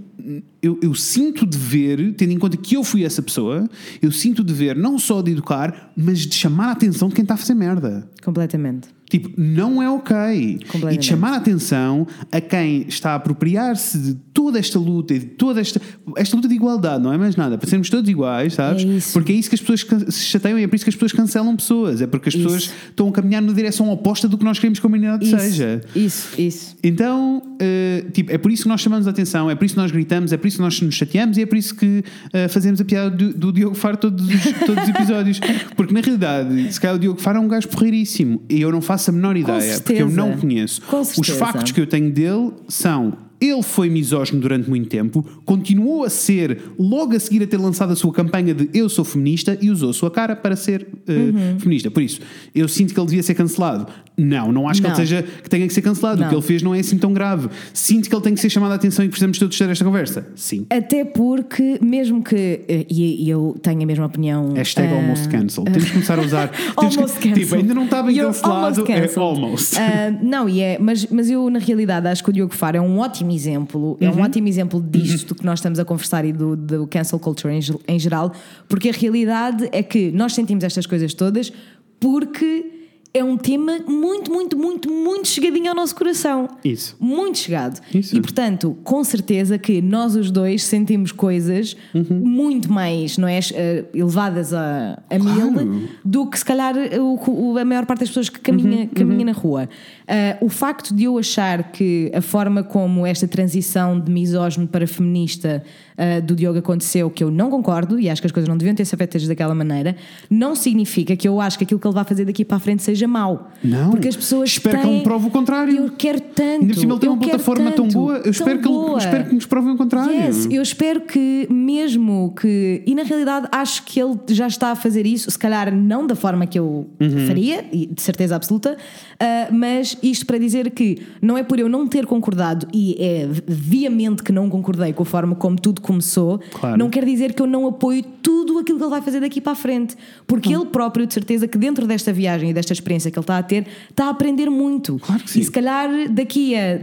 Eu, eu sinto dever, tendo em conta que eu fui essa pessoa, eu sinto dever não só de educar, mas de chamar a atenção de quem está a fazer merda. Completamente. Tipo, não é ok. E de Completamente. chamar a atenção a quem está a apropriar-se de toda esta luta e de toda esta, esta luta de igualdade, não é mais nada, para sermos todos iguais, sabes? É isso. Porque é isso que as pessoas can- se chateiam e é por isso que as pessoas cancelam pessoas. É porque as Isso. pessoas estão a caminhar na direção oposta do que nós queremos que a humanidade Isso, seja. isso, isso. Então, eh, tipo, é por isso que nós chamamos a atenção, é por isso que nós gritamos, é por isso que nós nos chateamos e é por isso que eh, fazemos a piada do, do Diogo Faro todos os, todos os episódios. Porque na realidade, se calhar o Diogo Faro é um gajo porreiríssimo e eu não faço a menor ideia, porque eu certeza. não o conheço. Com os certeza. factos que eu tenho dele são Ele foi misógino durante muito tempo, continuou a ser, logo a seguir a ter lançado a sua campanha de Eu sou feminista e usou a sua cara para ser eh, Uhum. feminista. Por isso, eu sinto que ele devia ser cancelado. Não, não acho que Não. ele seja que tenha que ser cancelado. Não. O que ele fez não é assim tão grave. Sinto que ele tem que ser chamado a atenção e precisamos todos ter esta conversa. Sim. Até porque, mesmo que. eh, E e eu tenho a mesma opinião. Hashtag eh, almost cancel. Temos que começar a usar. temos que- Almost cancelled. Tipo, ainda não está bem You're cancelado. almost É cancelled. almost. Ah, não, e é, mas, mas eu na realidade acho que o Diogo Faro é um ótimo exemplo, é um ótimo exemplo disto que nós estamos a conversar e do, do cancel culture em, ge- em geral, porque a realidade é que nós sentimos estas coisas todas porque é um tema muito, muito, muito, muito chegadinho ao nosso coração. Isso. Muito chegado. Isso. E portanto, com certeza que nós os dois sentimos coisas muito mais, não é? eh, elevadas a, a mil do que se calhar o- o- a maior parte das pessoas que Uhum, caminha, caminha na rua. Ah, o facto de eu achar que a forma como esta transição de misógino para feminista ah, do Diogo aconteceu, que eu não concordo e acho que as coisas não deviam ter sido feitas daquela maneira, não significa que eu acho que aquilo que ele vai fazer daqui para a frente seja mau. Não. Porque as pessoas Espero que têm... ele me prove o contrário. Eu quero tanto. Ainda por cima ele tem eu uma quero plataforma tão tanto, boa, eu espero, tão que, ele- boa. espero que nos provem o contrário. Yes, eu espero que mesmo que. E na realidade acho que ele já está a fazer isso, se calhar não da forma que eu Uhum. faria, e de certeza absoluta, ah, mas isto para dizer que não é por eu não ter concordado, e é viamente que não concordei com a forma como tudo começou, Claro. não quer dizer que eu não apoio tudo aquilo que ele vai fazer daqui para a frente. Porque ele próprio, de certeza, que dentro desta viagem e desta experiência que ele está a ter, está a aprender muito. Claro que sim. E se calhar daqui a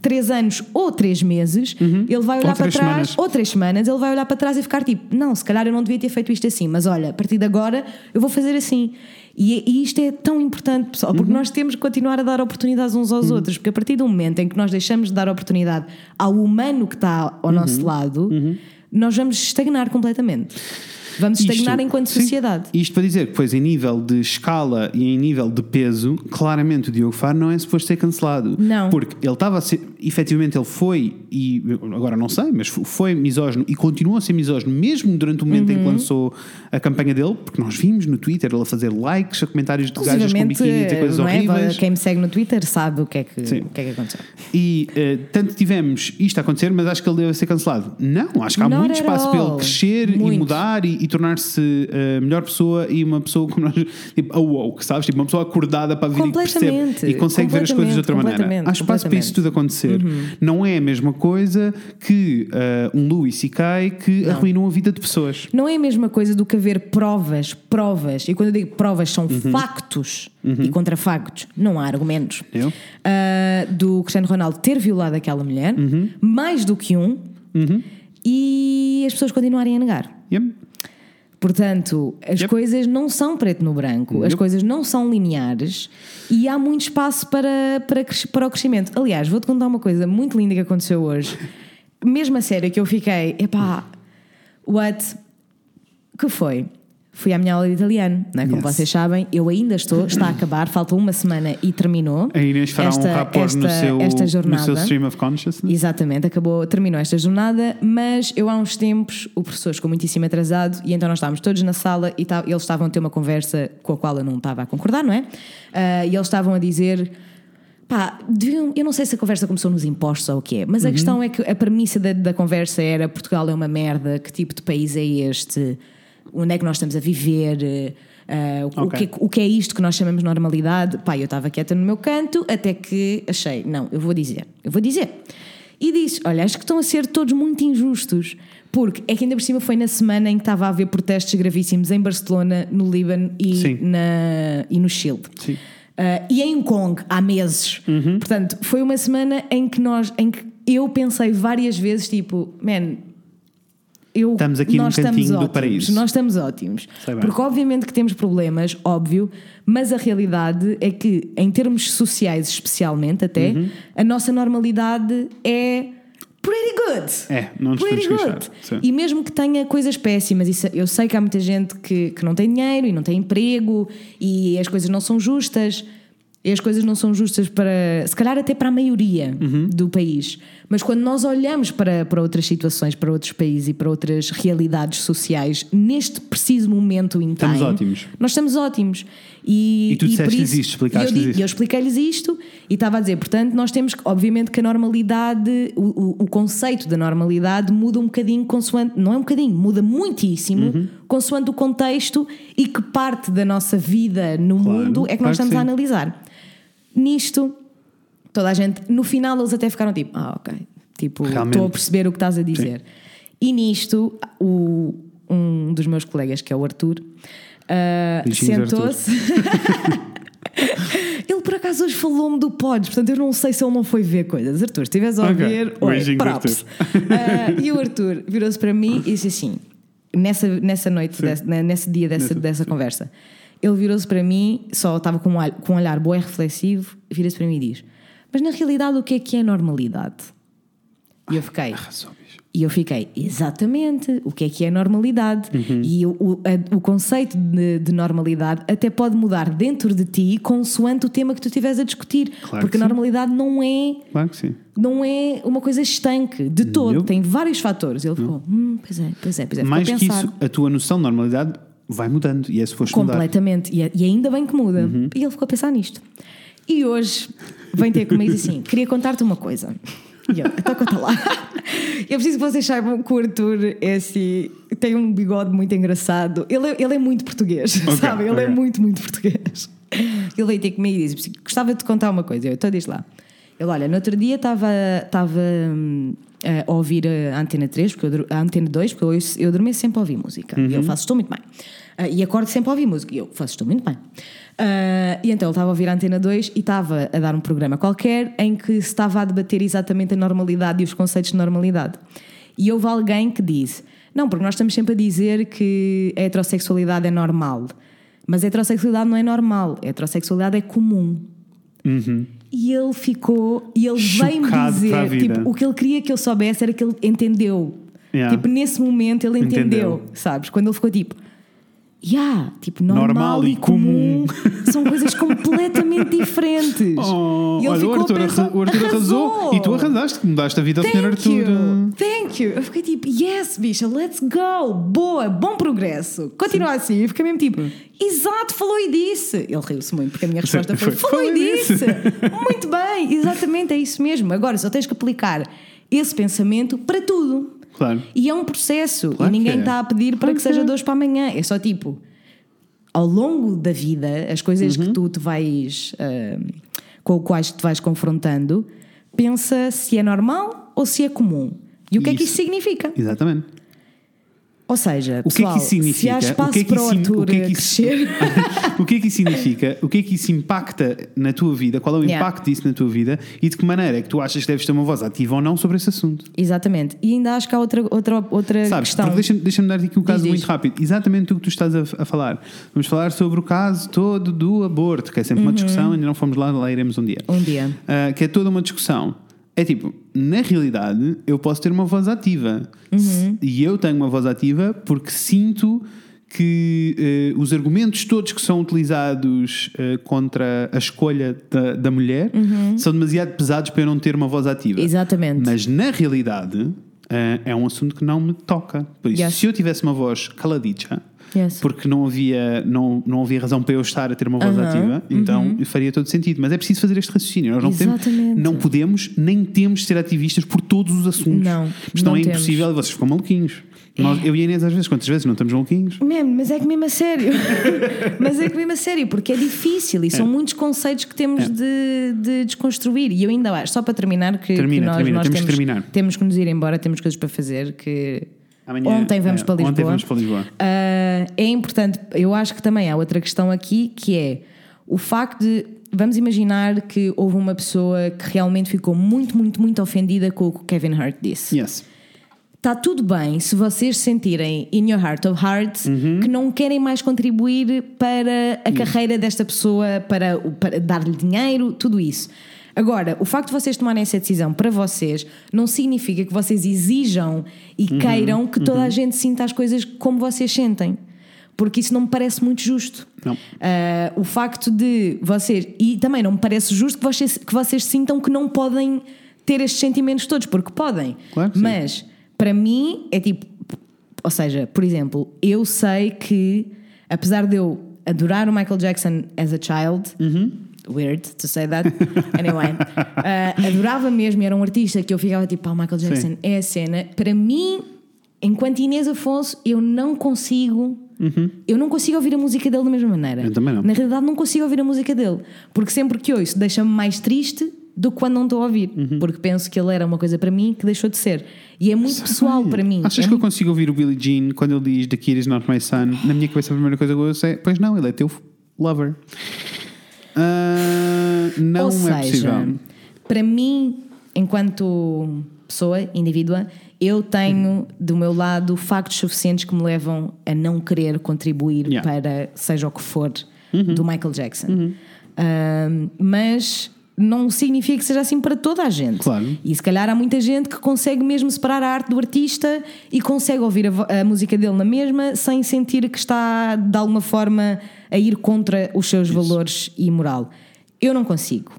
três anos ou três meses, Uhum. ele vai olhar para três trás, semanas. ou três semanas, ele vai olhar para trás e ficar tipo: não, se calhar eu não devia ter feito isto assim, mas olha, a partir de agora eu vou fazer assim. E, e isto é tão importante, pessoal, Uhum. porque nós temos que continuar a dar oportunidades uns aos outros, porque a partir do momento em que nós deixamos de dar oportunidade ao humano que está ao Uhum. nosso lado, nós vamos estagnar completamente. Vamos estagnar Isto- enquanto sim. sociedade. Isto para dizer que, pois, em nível de escala e em nível de peso, claramente o Diogo Faro não é suposto ser cancelado. Não. Porque ele estava a ser. Efetivamente, ele foi, e agora não sei, mas fo- foi misógino e continuou a ser misógino mesmo durante o momento Uhum. em que lançou a campanha dele, porque nós vimos no Twitter ele a fazer likes a comentários de gajas com biquíni e dizer coisas não é? horríveis. Quem me segue no Twitter sabe o que é que, Sim. o que, é que aconteceu. E eh, tanto tivemos isto a acontecer, mas acho que ele deve ser cancelado. Não, acho que há Not muito at espaço para ele all. crescer e Muito. mudar e, e tornar-se eh, melhor pessoa e uma pessoa como nós, tipo, a woke, sabes? Tipo, uma pessoa acordada para a vida e que percebe Completamente, e consegue ver as coisas de outra maneira. completamente, Uhum. Há espaço para isso tudo acontecer. Não é a mesma coisa que eh, um Louis C.K. que arruinou a vida de pessoas. Não é a mesma coisa do que haver provas, provas, e quando eu digo provas são factos e contra factos, não há argumentos. Eu? Ah, do Cristiano Ronaldo ter violado aquela mulher, mais do que um, e as pessoas continuarem a negar. Yep. Portanto, as Yep. coisas não são preto no branco, as Yep. coisas não são lineares e há muito espaço para, para, cres- para o crescimento. Aliás, vou-te contar uma coisa muito linda que aconteceu hoje. Mesmo a sério que eu fiquei, epá, what? Que foi? Fui à minha aula de italiano, não é? como Yes. vocês sabem, eu ainda estou, está a acabar, falta uma semana e terminou. A Inês fará um rapor no, seu, esta no seu jornada. stream of consciousness. Exatamente, acabou, terminou esta jornada, mas eu há uns tempos o professor ficou muitíssimo atrasado e então nós estávamos todos na sala e ta- eles estavam a ter uma conversa com a qual eu não estava a concordar, não é? Ah, e eles estavam a dizer. Pá, deviam- eu não sei se a conversa começou nos impostos ou o que é, mas a questão é que a premissa da, da conversa era Portugal é uma merda, que tipo de país é este, onde é que nós estamos a viver, Ah, o, Ok. que, é que- o que é isto que nós chamamos de normalidade? Pá, eu estava quieta no meu canto até que achei, não, eu vou dizer, eu vou dizer. E disse: Olha, acho que estão a ser todos muito injustos, porque é que ainda por cima foi na semana em que estava a haver protestos gravíssimos em Barcelona, no Líbano Sim. e, na, e no Chile. Sim. Ah, e em Hong Kong, há meses. Uhum. Portanto, foi uma semana em que nós, em que eu pensei várias vezes, tipo, man, eu, Estamos aqui num nós cantinho estamos do ótimos, paraíso. Nós estamos ótimos. Sei bem. Porque obviamente que temos problemas, óbvio, mas a realidade é que, em termos sociais especialmente até, Uhum. a nossa normalidade é pretty good. É, não nos pretty podemos good. queixar. Sim. E mesmo que tenha coisas péssimas, isso- eu sei que há muita gente que, que não tem dinheiro e não tem emprego e as coisas não são Uhum. justas. E as coisas não são justas para, se calhar até para a maioria do país. Mas quando nós olhamos para, para outras situações, para outros países e para outras realidades sociais, neste preciso momento em Estamos time, ótimos. Nós estamos ótimos. E, E tu por disseste-lhes isso- isto, explicaste-lhes e eu di- isto. e eu expliquei-lhes isto e estava a dizer, portanto, nós temos, que- obviamente, que a normalidade, o, o- o conceito da normalidade muda um bocadinho consoante, não é um bocadinho, muda muitíssimo Uhum. consoante o contexto e que parte da nossa vida no Claro, mundo é que claro que nós estamos sim. a analisar. Nisto, toda a gente, no final eles até ficaram tipo, ah, ok, tipo, Realmente. estou a perceber o que estás a dizer. E nisto, o- um dos meus colegas, que é o Arthur, ah, Beijinhos, sentou-se. Ele por acaso hoje falou-me do Pods, portanto eu não sei se ele não foi ver coisas. Arthur, se estiveres a Ok. ouvir, Beijinhos, okay. props. Ah, e o Arthur virou-se para mim e disse assim: nessa, nessa noite, desse, né, nesse dia dessa, dessa conversa, ele virou-se para mim, só estava com um, olhar- com um olhar bom e reflexivo, vira-se para mim e diz: Mas na realidade, o que é que é normalidade? E eu fiquei. Arrasou, bicho. E eu fiquei, exatamente, o que é que é normalidade? Uhum. E o, o- a- o conceito de, de normalidade até pode mudar dentro de ti consoante o tema que tu estiveres a discutir. Claro que porque sim. a normalidade não é, Claro que sim. não é uma coisa estanque de todo, Não. tem vários fatores. Ele ficou, hum, pois é, pois é, pois é. Ficou Mais a que pensar. isso, a tua noção de normalidade vai mudando. E é se fores mudar. Uhum. Completamente. E, e ainda bem que muda. E ele ficou a pensar nisto. E hoje vem ter comigo e diz assim: queria contar-te uma coisa. E eu, então conta lá. Eu preciso que vocês saibam que o Arthur é assim, tem um bigode muito engraçado. Ele é, ele é muito português, Ok, sabe? Ele é ok. muito, muito português. Ele veio ter comigo e disse: Gostava de te contar uma coisa. Eu, então diz lá. Ele, olha, no outro dia estava estava, hum, a ouvir a Antena 3, porque eu, dur- a Antena 2, porque eu, ouço- eu dormi sempre a ouvir música. E eu faço, estou muito bem. Ah, e acordo sempre a ouvir música. E eu faço, estou muito bem. Ah, e então ele estava a ouvir a Antena 2 e estava a dar um programa qualquer em que se estava a debater exatamente a normalidade e os conceitos de normalidade. E houve alguém que disse: Não, porque nós estamos sempre a dizer que a heterossexualidade é normal. Mas a heterossexualidade não é normal, a heterossexualidade é comum. E ele ficou, e ele veio-me Uhum. Chocado para a dizer: vida. tipo, o que ele queria que eu soubesse era que ele entendeu. Yeah. Tipo, nesse momento ele entendeu, Entendeu. sabes? Quando ele ficou tipo. Yeah, tipo, normal, Normal e e comum, são coisas completamente diferentes. Oh, e ele olha, ficou o a Arthur, pensar, arra- o Arthur arrasou. E tu arrasaste, que mudaste a vida ao Sr. Arthur. You. Thank you. Eu fiquei tipo, yes, bicha, let's go. Boa, bom progresso. Continua assim. Eu fiquei mesmo tipo, Hum. exato, falou e disse. Ele riu-se muito, porque a minha resposta foi, Foi, falou falou e e disse. disse. muito bem, exatamente, é isso mesmo. Agora só tens que aplicar esse pensamento para tudo. Claro. E é um processo. Claro e ninguém que é. está a pedir para Claro que que seja é. de hoje para amanhã. É só tipo, ao longo da vida, as coisas Uhum. que tu te vais ahm, com as quais te vais confrontando, pensa se é normal ou se é comum. E o que é que Isso. isso significa? eh, Exatamente. Ou seja, O que é pessoal, que isso se há significa? espaço o que é que para o isso, Arthur o que é que isso, crescer. o que é que isso significa? O que é que isso impacta na tua vida? Qual é o Yeah. impacto disso na tua vida? E de que maneira é que tu achas que deves ter uma voz ativa ou não sobre esse assunto? Exatamente. E ainda acho que há outra, outra, outra Sabes? questão. Porque deixa-me deixa dar aqui um caso diz. muito rápido. Exatamente o que tu estás a, a falar. Vamos falar sobre o caso todo do aborto, que é sempre uma discussão, ainda não fomos lá, lá iremos um dia. Uhum. Um dia. Ah, que é toda uma discussão. É tipo, na realidade, eu posso ter uma voz ativa. Uhum. Se- E eu tenho uma voz ativa porque sinto que eh, os argumentos todos que são utilizados eh, contra a escolha da, da mulher são demasiado pesados para eu não ter uma voz ativa. Uhum. Exatamente. Mas na realidade eh, é um assunto que não me toca. Por isso, Yes. se eu tivesse uma voz caladicha, Yes. porque não havia, não, não havia razão para eu estar a ter uma voz Aham, Uhum. ativa, então faria todo sentido. Mas é preciso fazer este raciocínio. Nós não, temos, Exatamente. não podemos nem temos de ser ativistas por todos os assuntos. Não, Mas não, não é temos. É. impossível, vocês ficam maluquinhos. Nós- eu e a Inês, às vezes, quantas vezes não estamos maluquinhos? Mesmo, mas é que mesmo a sério. mas é que mesmo a sério, porque é difícil e são muitos conceitos que temos É. de, de desconstruir. E eu ainda acho, só para terminar, que, que Termina, nós, termina, nós temos que temos, terminar. temos que nos ir embora, temos coisas para fazer. Que Amanhã, ontem vamos é, para Lisboa. ontem vamos para Lisboa. Ah, é importante, eu acho que também há outra questão aqui que é o facto de. Vamos imaginar que houve uma pessoa que realmente ficou muito, muito, muito ofendida com o que o Kevin Hart disse. Yes. Está Tá tudo bem se vocês sentirem in your heart of hearts que não querem mais contribuir para a carreira desta pessoa, para, o- para dar-lhe dinheiro, tudo isso. Agora, o facto de vocês tomarem essa decisão para vocês não significa que vocês exijam e queiram que toda a gente sinta as coisas como vocês sentem. Porque isso não me parece muito justo. Não. Ah, o facto de vocês. E também não me parece justo que vocês, que vocês sintam que não podem ter estes sentimentos todos, porque podem. Claro que sim. Mas para mim é tipo, ou seja, por exemplo, eu sei que apesar de eu adorar o Michael Jackson as a child, Uhum. weird to say that, anyway, ah, adorava mesmo, era um artista que eu ficava tipo, pá, o Michael Jackson Sim. é a cena. Para mim, enquanto Inês Afonso, eu não consigo. Eu não consigo ouvir a música dele da mesma maneira. Uhum. Eu também não. Na realidade, não consigo ouvir a música dele. Porque sempre que ouço, deixa-me mais triste do que quando não estou a ouvir. Uhum. Porque penso que ele era uma coisa para mim que deixou de ser. E é muito pessoal para mim. Achas É que eu muito- consigo ouvir o Billie Jean quando ele diz The Kid is not my son? Na minha cabeça a primeira coisa que eu ouço é Pois não, ele é teu lover. Ah, não Ou é seja, possível. para mim, enquanto pessoa, indivídua, eu Uhum. tenho do meu lado factos suficientes que me levam a não querer contribuir Yeah. Uhum. para seja o que for do Michael Jackson. Ahm, mas não significa que seja assim para toda a gente. Claro. E se calhar há muita gente que consegue mesmo separar a arte do artista e consegue ouvir a, vo- a música dele na mesma sem sentir que está de alguma forma a ir contra os seus valores e moral. Eu não consigo.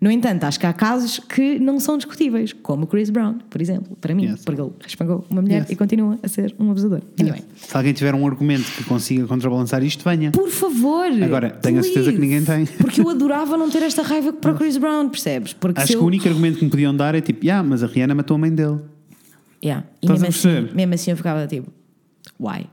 No entanto, acho que há casos que não são discutíveis, como o Chris Brown, por exemplo, para mim, Yes. porque ele respangou uma mulher Yes. e continua a ser um abusador. Anyway, Se alguém tiver um argumento que consiga contrabalançar isto, venha. por favor. Agora, tenho a certeza que ninguém tem. Porque eu adorava não ter esta raiva para o Chris Brown, percebes? Porque se Acho eu... que o único argumento que me podiam dar é tipo, ah, mas a Rihanna matou a mãe dele. Yeah. E Estás mesmo a perceber? assim, mesmo assim eu ficava tipo, why?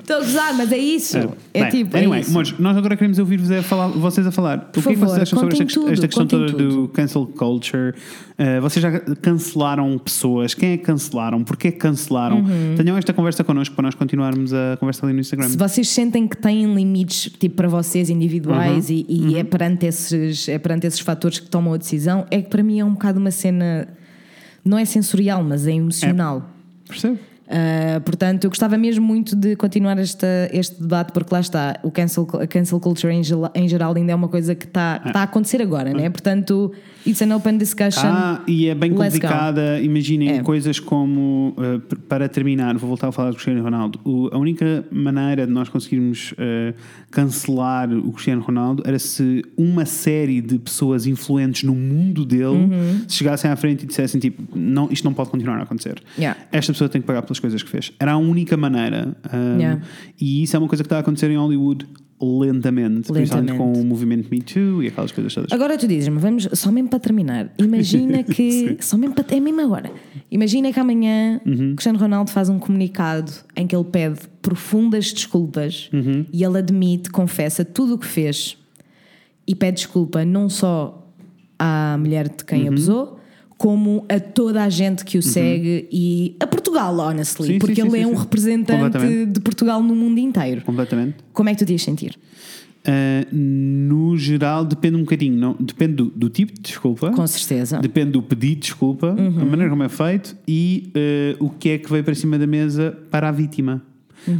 Estou a gozar, mas é isso. É, Bem, tipo, anyway, é isso. amores, nós agora queremos ouvir-vos a falar, vocês a falar. o que é que favor, vocês acham sobre esta, contem quest- tudo, esta questão toda contem do cancel culture? Uh, vocês já cancelaram pessoas? Quem é que cancelaram? Porquê que cancelaram? Uhum. Tenham esta conversa connosco para nós continuarmos a conversa ali no Instagram. Se vocês sentem que têm limites tipo, para vocês individuais Uhum. e, e é, perante esses, é perante esses fatores que tomam a decisão, é que para mim é um bocado uma cena, não é sensorial, mas é emocional. Percebe? Uh, portanto, eu gostava mesmo muito de continuar esta- este debate, porque lá está, o cancel, a cancel culture em, gela- em geral ainda é uma coisa que está que está a acontecer agora, né? Portanto, it's an open discussion. Ah, e é bem Let's go. complicada. Imaginem É. coisas como, uh, p- para terminar, vou voltar a falar do Cristiano Ronaldo. O- a única maneira de nós conseguirmos uh, cancelar o Cristiano Ronaldo era se uma série de pessoas influentes no mundo dele Uhum. se chegassem à frente e dissessem: tipo, não, isto não pode continuar a acontecer. Yeah. Esta pessoa tem que pagar pelas coisas que fez. Era a única maneira. um, Yeah. E isso é uma coisa que está a acontecer em Hollywood lentamente, principalmente Lentamente. com o movimento Me Too e aquelas coisas todas. Agora tu dizes-me, vamos, só mesmo para terminar, imagina que. só mesmo para, é mesmo agora. Imagina que amanhã Uhum. Cristiano Ronaldo faz um comunicado em que ele pede profundas desculpas Uhum. e ele admite, confessa tudo o que fez e pede desculpa não só à mulher de Uhum. quem abusou, como a toda a gente que o segue e a Portugal, honestly, Sim, sim, porque sim, ele sim, é um sim. representante Completamente. de Portugal no mundo inteiro. Completamente. Como é que tu te ias sentir? Uh, no geral, depende um bocadinho. Não, depende do, do tipo de desculpa. Com certeza. Depende do pedido de desculpa, a maneira como é feito e uh, o que é que veio para cima da mesa para a vítima.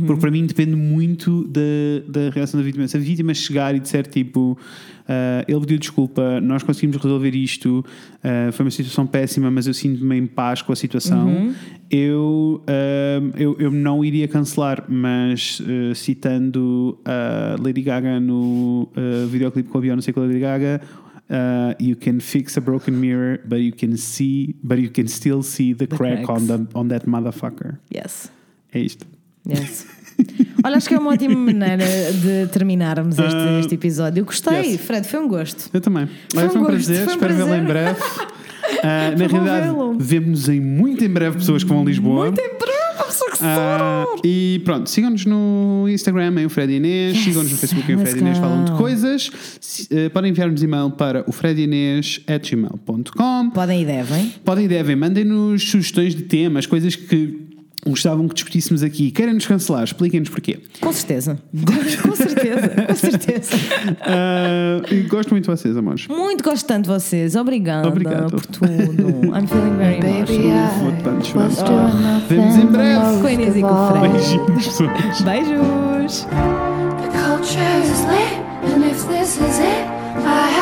Porque para mim depende muito da, da reação da vítima. Se a vítima chegar e disser tipo uh, ele pediu desculpa, nós conseguimos resolver isto, uh, foi uma situação péssima, mas eu sinto-me em paz com a situação, eu, um, eu, eu não iria cancelar, mas uh, citando a Lady Gaga no uh, videoclipe com a Beyoncé com a Lady Gaga, uh, you can fix a broken mirror, but you can see, but you can still see the, crack on, cracks. the, on that motherfucker. Yes. É isto. Yes. Olha, acho que é uma ótima maneira de terminarmos este, Ah, este episódio. Eu gostei, yes. Fred, foi um gosto. Eu também. Foi Olha, um foi um gosto, prazer, foi um espero vê-lo em prazer. breve. Uh, na Foi bom realidade, vê-lo. vemos-nos em muito em breve pessoas que vão a Lisboa. Muito em breve, pessoa que Ah, sorte! e pronto, sigam-nos no Instagram em o Fred Inês, Yes, sigam-nos no Facebook em o let's Fred Inês go. falam de coisas. Se- eh, podem enviar-nos e-mail para o fredinês.gmail.com. Podem e devem. Podem e devem, mandem-nos sugestões de temas, coisas que gostavam que discutíssemos aqui. Querem nos cancelar, expliquem-nos porquê. Com certeza. com certeza, com certeza. Ah, e gosto muito de vocês, amores. Muito gosto tanto de vocês. Obrigada Obrigado. por tudo. I'm feeling very Baby, emotional. Vou tanto chorar. was doing nothing Vemos em breve. the most Com a Inês e com o of all. Fred. Beijinhos, pessoas. Beijos! The culture is lit, and if this is it, I